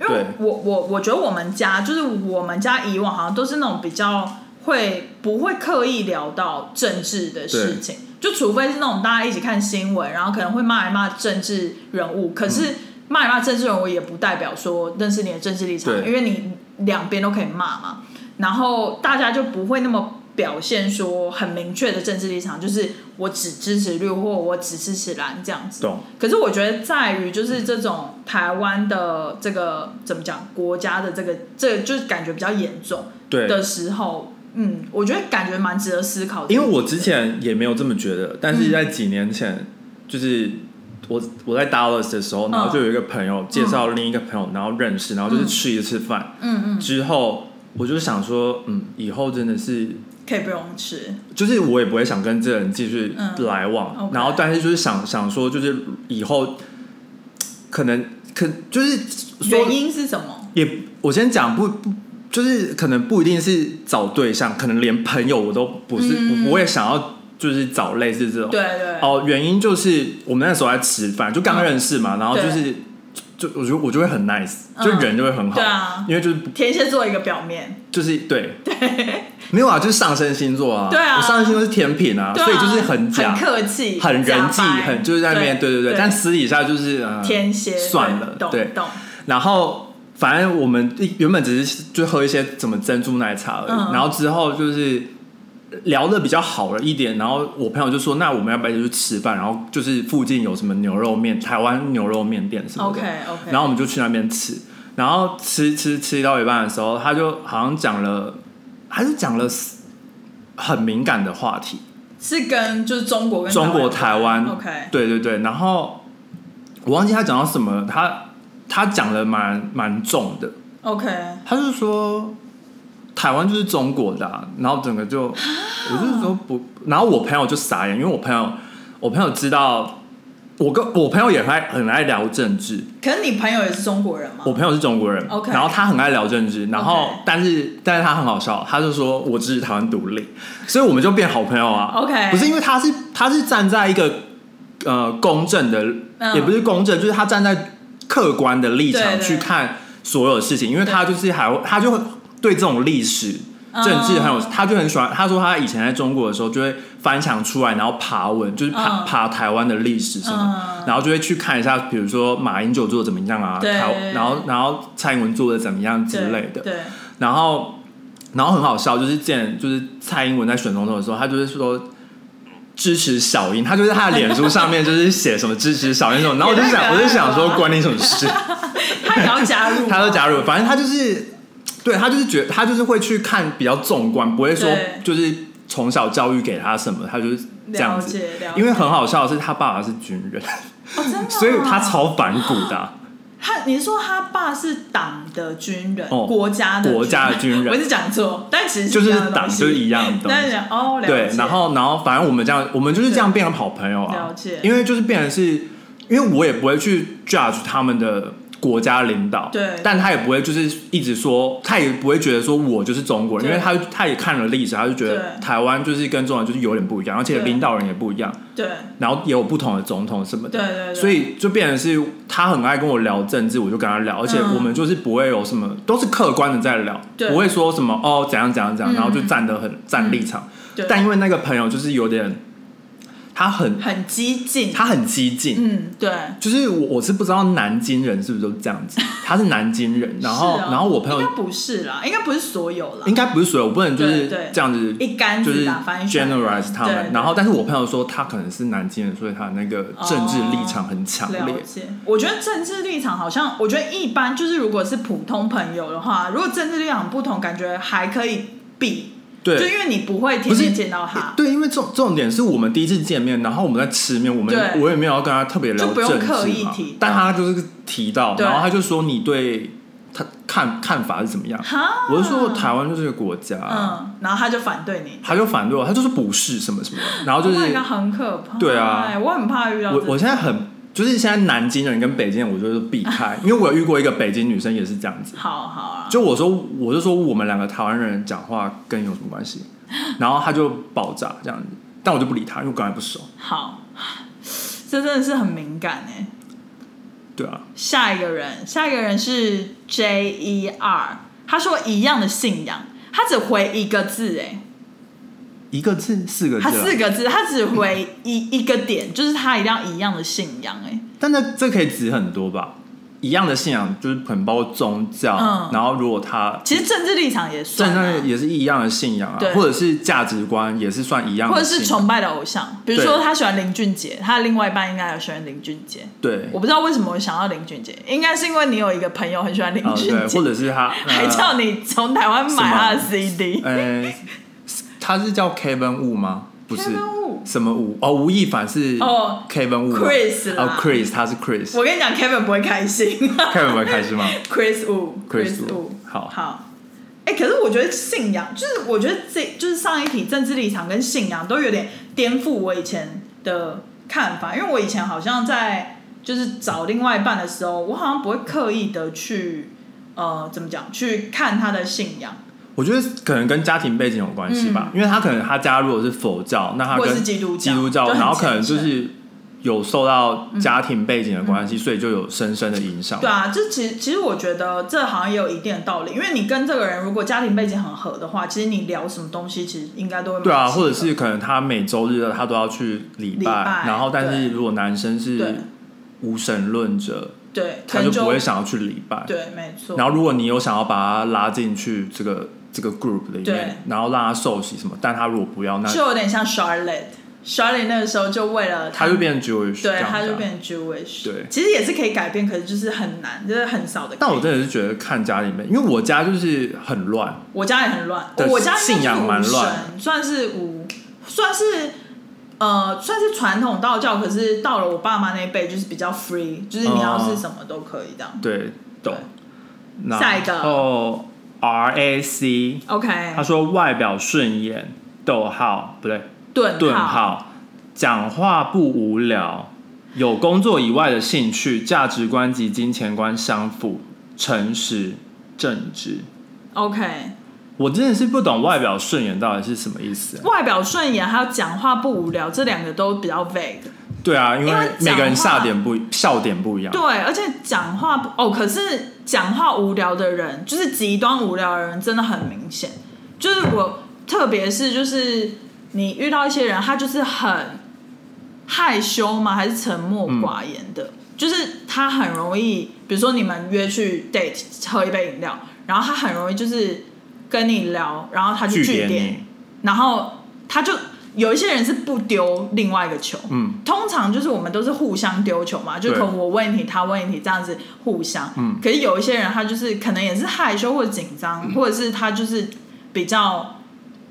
[SPEAKER 1] 因为
[SPEAKER 3] 对
[SPEAKER 1] 我我我觉得我们家就是我们家以往好像都是那种比较会不会刻意聊到政治的事情，就除非是那种大家一起看新闻，然后可能会骂一骂政治人物，可
[SPEAKER 3] 嗯
[SPEAKER 1] 是骂一骂政治人物也不代表说认识你的政治立场，
[SPEAKER 3] 对
[SPEAKER 1] 因为你两边都可以骂嘛，然后大家就不会那么。表现说很明确的政治立场，就是我只支持绿或我只支持蓝这样子。
[SPEAKER 3] 懂？
[SPEAKER 1] 可是我觉得在于就是这种台湾的这个怎么讲，国家的这个这就是感觉比较严重
[SPEAKER 3] 对，
[SPEAKER 1] 的时候，嗯，我觉得感觉蛮值得思考的。
[SPEAKER 3] 因为我之前也没有这么觉得，但是在几年前，就是我我在 Dallas 的
[SPEAKER 1] 嗯
[SPEAKER 3] 时候，然后就有一个朋友介绍另一个朋友，然后认识，然后就是吃一次饭、
[SPEAKER 1] 嗯嗯，
[SPEAKER 3] 之后，我就想说，嗯，以后真的是，
[SPEAKER 1] 可以不用吃，
[SPEAKER 3] 就是我也不会想跟这个人继续
[SPEAKER 1] 嗯
[SPEAKER 3] 来往，
[SPEAKER 1] OK
[SPEAKER 3] 然后但是就是想想说，就是以后可能可就是说
[SPEAKER 1] 原因是什么？
[SPEAKER 3] 也，我先讲不不，就是可能不一定是找对象，可能连朋友我都不是，
[SPEAKER 1] 嗯
[SPEAKER 3] 不不会想要就是找类似这种。
[SPEAKER 1] 对对，
[SPEAKER 3] 哦，原因就是我们那时候在吃饭，
[SPEAKER 1] 嗯
[SPEAKER 3] 就刚认识嘛，然后就是就我就我就会很 nice，、
[SPEAKER 1] 嗯
[SPEAKER 3] 就人就会很好，
[SPEAKER 1] 对啊
[SPEAKER 3] 因为就是不
[SPEAKER 1] 天蝎座一个表面，
[SPEAKER 3] 就是对对，没有啊，就是上升星座啊，
[SPEAKER 1] 对啊
[SPEAKER 3] 我上升星座是天平啊，
[SPEAKER 1] 对啊
[SPEAKER 3] 所以就是很假
[SPEAKER 1] 很。客气，
[SPEAKER 3] 很人际，
[SPEAKER 1] 假掰
[SPEAKER 3] 很就是在那边，对对对，但私底下就是呃
[SPEAKER 1] 天蝎
[SPEAKER 3] 算了
[SPEAKER 1] 对，懂
[SPEAKER 3] 对，
[SPEAKER 1] 懂，
[SPEAKER 3] 然后反正我们一原本只是就喝一些什么珍珠奶茶而已，
[SPEAKER 1] 嗯
[SPEAKER 3] 然后之后就是聊的比较好了一点，然后我朋友就说，那我们要不要一起去吃饭？然后就是附近有什么牛肉面，台湾牛肉面店什么
[SPEAKER 1] OK
[SPEAKER 3] 的
[SPEAKER 1] OK，
[SPEAKER 3] 然后我们就去那边吃，然后吃吃吃到一半的时候，他就好像讲了，还是讲了很敏感的话题，
[SPEAKER 1] 是跟就是中国跟
[SPEAKER 3] 中国台湾
[SPEAKER 1] OK
[SPEAKER 3] 对对对，然后我忘记他讲到什么，他他讲的蛮蛮重的，
[SPEAKER 1] OK，
[SPEAKER 3] 他是说台湾就是中国的啊、然后整个就我就是说不，然后我朋友就傻眼，因为我朋友我朋友知道。我跟我朋友也很爱很爱聊政治，
[SPEAKER 1] 可是你朋友也是中国人吗
[SPEAKER 3] 我朋友是中国人
[SPEAKER 1] OK
[SPEAKER 3] 然后他很爱聊政治，然后
[SPEAKER 1] OK
[SPEAKER 3] 但是但是他很好笑，他就说我支持台湾独立，所以我们就变好朋友啊。
[SPEAKER 1] ？OK，
[SPEAKER 3] 不是因为他是他是站在一个呃公正的，
[SPEAKER 1] 嗯
[SPEAKER 3] 也不是公正，就是他站在客观的立
[SPEAKER 1] 对
[SPEAKER 3] 场
[SPEAKER 1] 对
[SPEAKER 3] 去看所有事情，因为他就是还会他就会对这种历史。政治很有，
[SPEAKER 1] 嗯
[SPEAKER 3] 他就很喜欢。他说他以前在中国的时候，就会翻墙出来，然后爬文，就是爬、
[SPEAKER 1] 嗯
[SPEAKER 3] 爬台湾的历史什么，
[SPEAKER 1] 嗯
[SPEAKER 3] 然后就会去看一下，比如说马英九做的怎么样啊，
[SPEAKER 1] 对
[SPEAKER 3] 台，然后然后蔡英文做的怎么样之
[SPEAKER 1] 对
[SPEAKER 3] 类的。
[SPEAKER 1] 对，
[SPEAKER 3] 然后，然后很好笑，就是见就是蔡英文在选总统的时候，他就是说支持小英，他就是他的脸书上面就是写什么支持小英什么，然后我 就
[SPEAKER 1] 也太可爱
[SPEAKER 3] 想，
[SPEAKER 1] 了吧
[SPEAKER 3] 我就想说关你什么事？
[SPEAKER 1] 他也要加入吗，哦
[SPEAKER 3] 他都加入，反正他就是，对他就是觉得他就是会去看比较纵观，不会说
[SPEAKER 1] 对
[SPEAKER 3] 就是从小教育给他什么，他就是这样
[SPEAKER 1] 了
[SPEAKER 3] 子。
[SPEAKER 1] 解了解，
[SPEAKER 3] 因为很好笑的是，他爸爸是军人，
[SPEAKER 1] 哦真的啊
[SPEAKER 3] 所以他超反骨的啊、
[SPEAKER 1] 他，你说他爸是党的军人，
[SPEAKER 3] 哦
[SPEAKER 1] 国家的
[SPEAKER 3] 国家的军人
[SPEAKER 1] 我一直讲错，但其实
[SPEAKER 3] 就是
[SPEAKER 1] 一样的东
[SPEAKER 3] 党
[SPEAKER 1] 西
[SPEAKER 3] 就是一样的东西
[SPEAKER 1] 但是讲哦，了
[SPEAKER 3] 对，
[SPEAKER 1] 解
[SPEAKER 3] 然后然后反正我们这样，我们就是这样变成好朋友啊。
[SPEAKER 1] 了解
[SPEAKER 3] 因为就是变成是，因为我也不会去 judge 他们的国家领导，
[SPEAKER 1] 对
[SPEAKER 3] 但他也不会就是一直说，他也不会觉得说我就是中国人，因
[SPEAKER 1] 对
[SPEAKER 3] 为他他也看了历史，他就觉得
[SPEAKER 1] 对
[SPEAKER 3] 台湾就是跟中国就是有点不一样，而且
[SPEAKER 1] 对
[SPEAKER 3] 领导人也不一样，
[SPEAKER 1] 对
[SPEAKER 3] 然后也有不同的总统什么的，
[SPEAKER 1] 对对对，
[SPEAKER 3] 所以就变成是他很爱跟我聊政治，我就跟他聊，而且
[SPEAKER 1] 嗯
[SPEAKER 3] 我们就是不会有什么，都是客观的在聊
[SPEAKER 1] 对，
[SPEAKER 3] 不会说什么哦怎样怎样怎
[SPEAKER 1] 嗯
[SPEAKER 3] 样，然后就站得很站立场
[SPEAKER 1] 对。
[SPEAKER 3] 但因为那个朋友就是有点，他很
[SPEAKER 1] 很激进。
[SPEAKER 3] 他很激进，
[SPEAKER 1] 嗯，对，
[SPEAKER 3] 就是我我是不知道南京人是不是都 这样子，他是南京人，然后、
[SPEAKER 1] 是啊
[SPEAKER 3] 然后我朋
[SPEAKER 1] 应
[SPEAKER 3] 友
[SPEAKER 1] 该不是啦，应该不是所有啦
[SPEAKER 3] 应，该不是所有，我不能就是
[SPEAKER 1] 对对
[SPEAKER 3] 这样子
[SPEAKER 1] 一竿
[SPEAKER 3] 就
[SPEAKER 1] 子
[SPEAKER 3] 是
[SPEAKER 1] 打翻一船人
[SPEAKER 3] generalize 他们
[SPEAKER 1] 对。对
[SPEAKER 3] 然后，但是我朋友说他可能是南京人，所以他那个政治立场很强烈。
[SPEAKER 1] 了解，我觉得政治立场好像，我觉得一般就是如果是普通朋友的话，如果政治立场不同，感觉还可以避，就
[SPEAKER 3] 对，
[SPEAKER 1] 因为你不会
[SPEAKER 3] 不
[SPEAKER 1] 天
[SPEAKER 3] 是
[SPEAKER 1] 天见到他，
[SPEAKER 3] 对，因为重重点是我们第一次见面，然后我们在吃面，我们
[SPEAKER 1] 对
[SPEAKER 3] 我也没有要跟他特别聊
[SPEAKER 1] 就不用
[SPEAKER 3] 政治
[SPEAKER 1] 刻意
[SPEAKER 3] 嘛
[SPEAKER 1] 提到
[SPEAKER 3] 但他就是提到，
[SPEAKER 1] 对
[SPEAKER 3] 然后他就说你对他看看法是怎么样？
[SPEAKER 1] 哈，
[SPEAKER 3] 我就说台湾就是个国家，
[SPEAKER 1] 嗯，然后他就反对你，
[SPEAKER 3] 他就反对我，他就是不是什么什么，然后就是
[SPEAKER 1] Oh my God，很可怕，哎
[SPEAKER 3] 对啊，
[SPEAKER 1] 我很怕遇到这
[SPEAKER 3] 我
[SPEAKER 1] 种，
[SPEAKER 3] 我现在很就是现在南京人跟北京人，我就是 避开，因为我有遇过一个北京女生也是这样子，
[SPEAKER 1] 好好啊，
[SPEAKER 3] 就我说我就说我们两个台湾人讲话跟你有什么关系，然后她就爆炸这样子，但我就不理她，因为我跟她不熟，
[SPEAKER 1] 好，这真的是很敏感哎、
[SPEAKER 3] 对啊，
[SPEAKER 1] 下一个人，下一个人是 J E R，他说一样的信仰，他只回一个字哎、
[SPEAKER 3] 一个字四个字
[SPEAKER 1] 他
[SPEAKER 3] 啊，
[SPEAKER 1] 四个字，他只回一 一个点，就是他一定要一样的信仰、欸。
[SPEAKER 3] 但那这可以指很多吧，一样的信仰就是可能包括宗教，
[SPEAKER 1] 嗯
[SPEAKER 3] 然后如果他
[SPEAKER 1] 其实政治立场也算、
[SPEAKER 3] 站
[SPEAKER 1] 啊，
[SPEAKER 3] 在也是一样的信仰啊
[SPEAKER 1] 对，
[SPEAKER 3] 或者是价值观也是算一样
[SPEAKER 1] 或
[SPEAKER 3] 的
[SPEAKER 1] 者
[SPEAKER 3] 信
[SPEAKER 1] 是
[SPEAKER 3] 仰，
[SPEAKER 1] 崇拜的偶像，比如说
[SPEAKER 3] 对
[SPEAKER 1] 他喜欢林俊杰，他的另外一半应该有喜欢林俊杰。
[SPEAKER 3] 对
[SPEAKER 1] 我不知道为什么我想要林俊杰，应该是因为你有一个朋友很喜欢林
[SPEAKER 3] 啊
[SPEAKER 1] 俊
[SPEAKER 3] 对，
[SPEAKER 1] 杰，
[SPEAKER 3] 或者是他
[SPEAKER 1] 还
[SPEAKER 3] 呃
[SPEAKER 1] 叫你从台湾买他的 CD。
[SPEAKER 3] 呃，他是叫 Kevin Wu 吗？不是
[SPEAKER 1] Kevin Wu
[SPEAKER 3] 什么吴哦，吴亦凡是
[SPEAKER 1] 哦
[SPEAKER 3] Kevin Wu 吗
[SPEAKER 1] Chris 啦
[SPEAKER 3] 哦 Chris 他是 Chris
[SPEAKER 1] 我跟你讲，Kevin 不会开心。
[SPEAKER 3] Kevin 会开心吗？
[SPEAKER 1] Chris Wu
[SPEAKER 3] Chris Wu，
[SPEAKER 1] Wu，
[SPEAKER 3] 好
[SPEAKER 1] 好。哎、可是我觉得信仰，就是我觉得这就是上一题政治立场跟信仰都有点颠覆我以前的看法，因为我以前好像在就是找另外一半的时候，我好像不会刻意的去呃怎么讲去看他的信仰，
[SPEAKER 3] 我觉得可能跟家庭背景有关系吧，因为他可能他家如果是佛教，那他
[SPEAKER 1] 嗯或者
[SPEAKER 3] 跟
[SPEAKER 1] 是基督教
[SPEAKER 3] 基督教，
[SPEAKER 1] 就很
[SPEAKER 3] 然后可能
[SPEAKER 1] 虔
[SPEAKER 3] 就
[SPEAKER 1] 诚
[SPEAKER 3] 是有受到家庭背景的关系，所以就有深深的影响。
[SPEAKER 1] 嗯对啊，这其实其实我觉得这好像也有一定的道理，因为你跟这个人如果家庭背景很合的话，其实你聊什么东西其实应该都会
[SPEAKER 3] 对啊，
[SPEAKER 1] 蛮契合
[SPEAKER 3] 或者是可能他每周日他都要去礼
[SPEAKER 1] 礼拜
[SPEAKER 3] 然后但
[SPEAKER 1] 对
[SPEAKER 3] 是如果男生
[SPEAKER 1] 对
[SPEAKER 3] 是无神论者，
[SPEAKER 1] 对，可
[SPEAKER 3] 他
[SPEAKER 1] 能
[SPEAKER 3] 就不会想要去礼拜。
[SPEAKER 1] 对，没错。
[SPEAKER 3] 然后如果你有想要把他拉进去这个这个 group 里
[SPEAKER 1] 对啊
[SPEAKER 3] 面，然后让他受洗什么，但他如果不要，那
[SPEAKER 1] 就有点像 Charlotte。Charlotte 那个时候就为了
[SPEAKER 3] 他就变 Jewish，这
[SPEAKER 1] 对，
[SPEAKER 3] 样子啊
[SPEAKER 1] 他就。变 Jewish。
[SPEAKER 3] 对
[SPEAKER 1] 其实也是可以改变，可是就是很难，就是很少的改变。
[SPEAKER 3] 但我真的是觉得看家里面，因为我家就是很乱，
[SPEAKER 1] 我家也很乱，
[SPEAKER 3] 对
[SPEAKER 1] 我家
[SPEAKER 3] 信仰蛮乱
[SPEAKER 1] 乱，算是无，算是呃，算是传统道教，可是到了我爸妈那一辈就是比较 free，就是你要
[SPEAKER 3] 嗯
[SPEAKER 1] 是什么都可以这样。
[SPEAKER 3] 对，懂。然
[SPEAKER 1] 下一个
[SPEAKER 3] 后 R A C，他
[SPEAKER 1] OK，
[SPEAKER 3] 说外表顺眼，逗号不对，
[SPEAKER 1] 顿
[SPEAKER 3] 顿，号，讲话不无聊，有工作以外的兴趣，价值观及金钱观相符，诚实正直。
[SPEAKER 1] OK，
[SPEAKER 3] 我真的是不懂外表顺眼到底是什么意思、
[SPEAKER 1] 外表顺眼还有讲话不无聊，这两个都比较 vague。
[SPEAKER 3] 对啊，因
[SPEAKER 1] 因为
[SPEAKER 3] 为每个人
[SPEAKER 1] 讲话
[SPEAKER 3] 下点不笑点不一样。
[SPEAKER 1] 对，而且讲话不哦，可是讲话无聊的人，就是极端无聊的人，真的很明显。就是我，特别是就是你遇到一些人，他就是很害羞吗？还是沉默寡言的？
[SPEAKER 3] 嗯
[SPEAKER 1] 就是他很容易，比如说你们约去 date 喝一杯饮料，然后他很容易就是跟你聊，然后他就
[SPEAKER 3] 据
[SPEAKER 1] 据
[SPEAKER 3] 点
[SPEAKER 1] 点
[SPEAKER 3] 你，，
[SPEAKER 1] 然后他就有一些人是不丢另外一个球，
[SPEAKER 3] 嗯，
[SPEAKER 1] 通常就是我们都是互相丢球嘛，就
[SPEAKER 3] 对
[SPEAKER 1] 可能我问你，他问你，这样子互相。
[SPEAKER 3] 嗯
[SPEAKER 1] 可是有一些人他就是可能也是害羞或者紧张，或者是他就是比较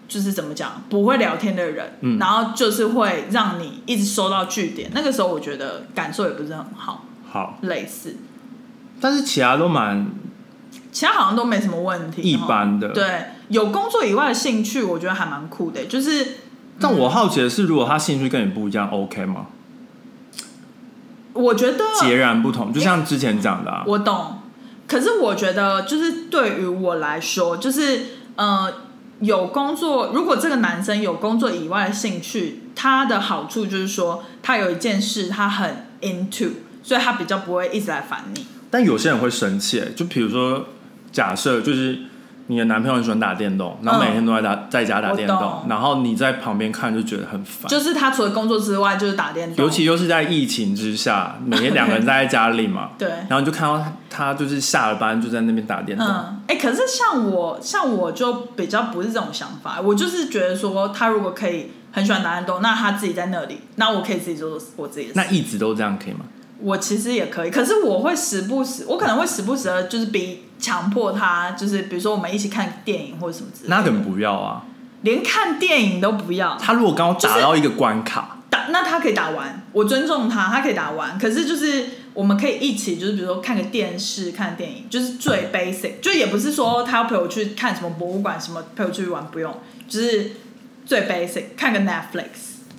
[SPEAKER 1] 就是怎么讲不会聊天的人，
[SPEAKER 3] 嗯
[SPEAKER 1] 然后就是会让你一直收到据点。那个时候我觉得感受也不是很好，
[SPEAKER 3] 好，
[SPEAKER 1] 类似
[SPEAKER 3] 但是其他都蛮
[SPEAKER 1] 其他好像都没什么问题。
[SPEAKER 3] 一
[SPEAKER 1] 哈
[SPEAKER 3] 般的。，
[SPEAKER 1] 哦对，有工作以外的兴趣，我觉得还蛮酷的，就是。
[SPEAKER 3] 但我好奇的是，如果他兴趣跟你不一样，OK 吗？
[SPEAKER 1] 我觉得
[SPEAKER 3] 截然不同，就像之前讲的、啊，
[SPEAKER 1] 嗯我懂，可是我觉得就是对于我来说，就是呃，有工作，如果这个男生有工作以外的兴趣，他的好处就是说，他有一件事他很 into，所以他比较不会一直来烦你。
[SPEAKER 3] 但有些人会生气，就比如说，假设就是你你的男朋友很喜欢打电动，然
[SPEAKER 1] 嗯
[SPEAKER 3] 后每天都在打在家打电
[SPEAKER 1] 我
[SPEAKER 3] 动
[SPEAKER 1] 懂，
[SPEAKER 3] 然后你在旁边看就觉得很烦。
[SPEAKER 1] 就是他除了工作之外，就是打电动，
[SPEAKER 3] 尤其又是在疫情之下，每天两个人待在家 里嘛，
[SPEAKER 1] 对，
[SPEAKER 3] 然后你就看到他他就是下了班就在那边打电动，
[SPEAKER 1] 嗯，哎、可是像我，像我就比较不是这种想法，我就是觉得说，他如果可以很喜欢打电动，那他自己在那里，那我可以自己做我自己的
[SPEAKER 3] 那
[SPEAKER 1] 事。
[SPEAKER 3] 一直都这样可以吗？
[SPEAKER 1] 我其实也可以，可是我会时不时，我可能会时不时的，就是逼强迫他，就是比如说我们一起看电影或者什么之类的，
[SPEAKER 3] 那梗不要啊！
[SPEAKER 1] 连看电影都不要
[SPEAKER 3] 他如果刚好打到一个关卡，
[SPEAKER 1] 打，那他可以打完，我尊重他，他可以打完，可是就是我们可以一起，就是比如说看个电视、看电影，就是最 basic，就也不是说他要陪我去看什么博物馆，什么陪我去玩，不用，就是最 basic，看个 Netflix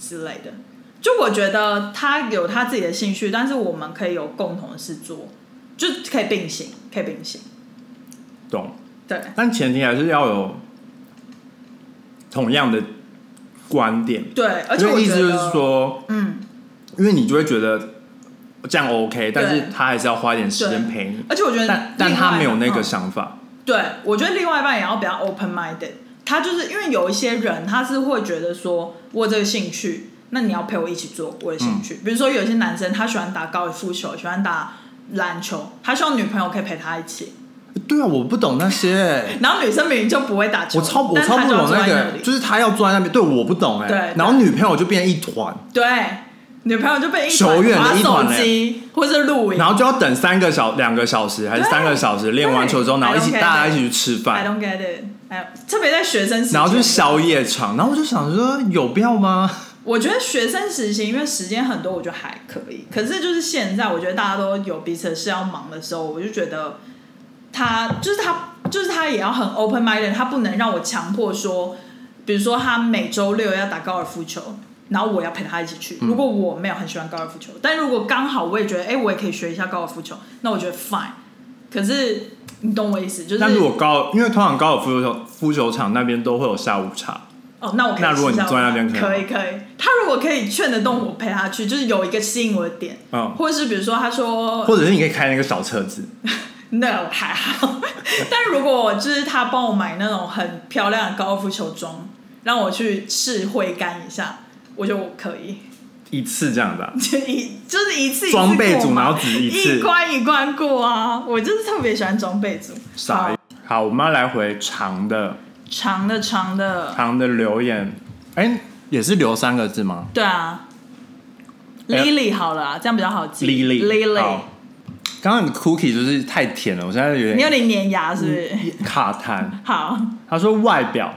[SPEAKER 1] 之类的。就我觉得他有他自己的兴趣，但是我们可以有共同的事做，就可以并行，可以并行。
[SPEAKER 3] 懂？
[SPEAKER 1] 对，
[SPEAKER 3] 但前提还是要有同样的观点，
[SPEAKER 1] 对，而且
[SPEAKER 3] 因
[SPEAKER 1] 我
[SPEAKER 3] 为意
[SPEAKER 1] 觉
[SPEAKER 3] 思
[SPEAKER 1] 得，
[SPEAKER 3] 就是说，
[SPEAKER 1] 嗯，
[SPEAKER 3] 因为你就会觉得这样 OK，但是
[SPEAKER 1] 对
[SPEAKER 3] 他还是要花一点时间
[SPEAKER 1] 对
[SPEAKER 3] 陪你，
[SPEAKER 1] 而且我觉得另外一
[SPEAKER 3] 但
[SPEAKER 1] 个，
[SPEAKER 3] 但他没有那个
[SPEAKER 1] 嗯
[SPEAKER 3] 想法，
[SPEAKER 1] 对，我觉得另外一半也要比较 open minded。他就是因为有一些人，他是会觉得说，我有这个兴趣，那你要陪我一起做我的兴趣。
[SPEAKER 3] 嗯
[SPEAKER 1] 比如说，有些男生他喜欢打高尔夫球，喜欢打篮球，他希望女朋友可以陪他一起。
[SPEAKER 3] 对啊，我不懂那些、欸
[SPEAKER 1] 然后女生明嗯 明就不会打球，
[SPEAKER 3] 我超我
[SPEAKER 1] 但是
[SPEAKER 3] 超
[SPEAKER 1] 她
[SPEAKER 3] 不
[SPEAKER 1] 就要
[SPEAKER 3] 懂
[SPEAKER 1] 坐在
[SPEAKER 3] 那
[SPEAKER 1] 那
[SPEAKER 3] 个，
[SPEAKER 1] 里。
[SPEAKER 3] 就是他要坐在那边，对，我不懂哎、
[SPEAKER 1] 对对
[SPEAKER 3] 然后女朋友就变一团，
[SPEAKER 1] 对，女朋友就被一
[SPEAKER 3] 久远
[SPEAKER 1] 团
[SPEAKER 3] 的
[SPEAKER 1] 划
[SPEAKER 3] 一
[SPEAKER 1] 手
[SPEAKER 3] 团嘞
[SPEAKER 1] 机或是露营
[SPEAKER 3] 然后就要等三个小两个小时还是
[SPEAKER 1] 对
[SPEAKER 3] 三个小时练完球之后，
[SPEAKER 1] 对
[SPEAKER 3] 然后一
[SPEAKER 1] I don't
[SPEAKER 3] 起
[SPEAKER 1] care
[SPEAKER 3] 大家一起去吃
[SPEAKER 1] I
[SPEAKER 3] 饭，
[SPEAKER 1] don't get it，哎，特别在学生时期，
[SPEAKER 3] 然后就是宵夜场，然后我就想说有必要吗？
[SPEAKER 1] 我觉得学生实习，因为时间很多，我觉得还可以。可是就是现在，我觉得大家都有彼此的事要忙的时候，我就觉得他就是他就是他也要很 open minded，他不能让我强迫说，比如说他每周六要打高尔夫球，然后我要陪他一起去。
[SPEAKER 3] 嗯
[SPEAKER 1] 如果我没有很喜欢高尔夫球，但如果刚好我也觉得，哎、我也可以学一下高尔夫球，那我觉得 fine。可是你懂我意思，就是
[SPEAKER 3] 那如果高，因为通常高尔夫球夫球场那边都会有下午茶，
[SPEAKER 1] 哦，那我可以
[SPEAKER 3] 那如果
[SPEAKER 1] 试一下
[SPEAKER 3] 你坐在那边可以吗
[SPEAKER 1] 可以可以，他如果可以劝得动我陪他去，就是有一个吸引我的点，
[SPEAKER 3] 嗯，
[SPEAKER 1] 或者是比如说他说
[SPEAKER 3] 或者是你可以开那个小车子，
[SPEAKER 1] 那我还好， 但如果就是他帮我买那种很漂亮的高尔夫球装，让我去试挥杆一下，我就可以，
[SPEAKER 3] 一次这样的、啊，
[SPEAKER 1] 就一就是一次一次
[SPEAKER 3] 装备
[SPEAKER 1] 过
[SPEAKER 3] 组，
[SPEAKER 1] 嘛
[SPEAKER 3] 然后只一
[SPEAKER 1] 一
[SPEAKER 3] 次，
[SPEAKER 1] 关一关过啊，我就是特别喜欢装备组，
[SPEAKER 3] 傻眼
[SPEAKER 1] 好。
[SPEAKER 3] 好，我们要来回长的
[SPEAKER 1] 长的长的，
[SPEAKER 3] 长的留言，哎、也是留三个字吗
[SPEAKER 1] 对啊。
[SPEAKER 3] 哎
[SPEAKER 1] Lily 好了啊、这样比较好记。
[SPEAKER 3] ？Lily
[SPEAKER 1] Lily，
[SPEAKER 3] 好刚刚你 Cookie 就是太甜了，我现在有
[SPEAKER 1] 你有
[SPEAKER 3] 点
[SPEAKER 1] 点粘牙是不是？
[SPEAKER 3] 卡痰。
[SPEAKER 1] 好
[SPEAKER 3] 他说外表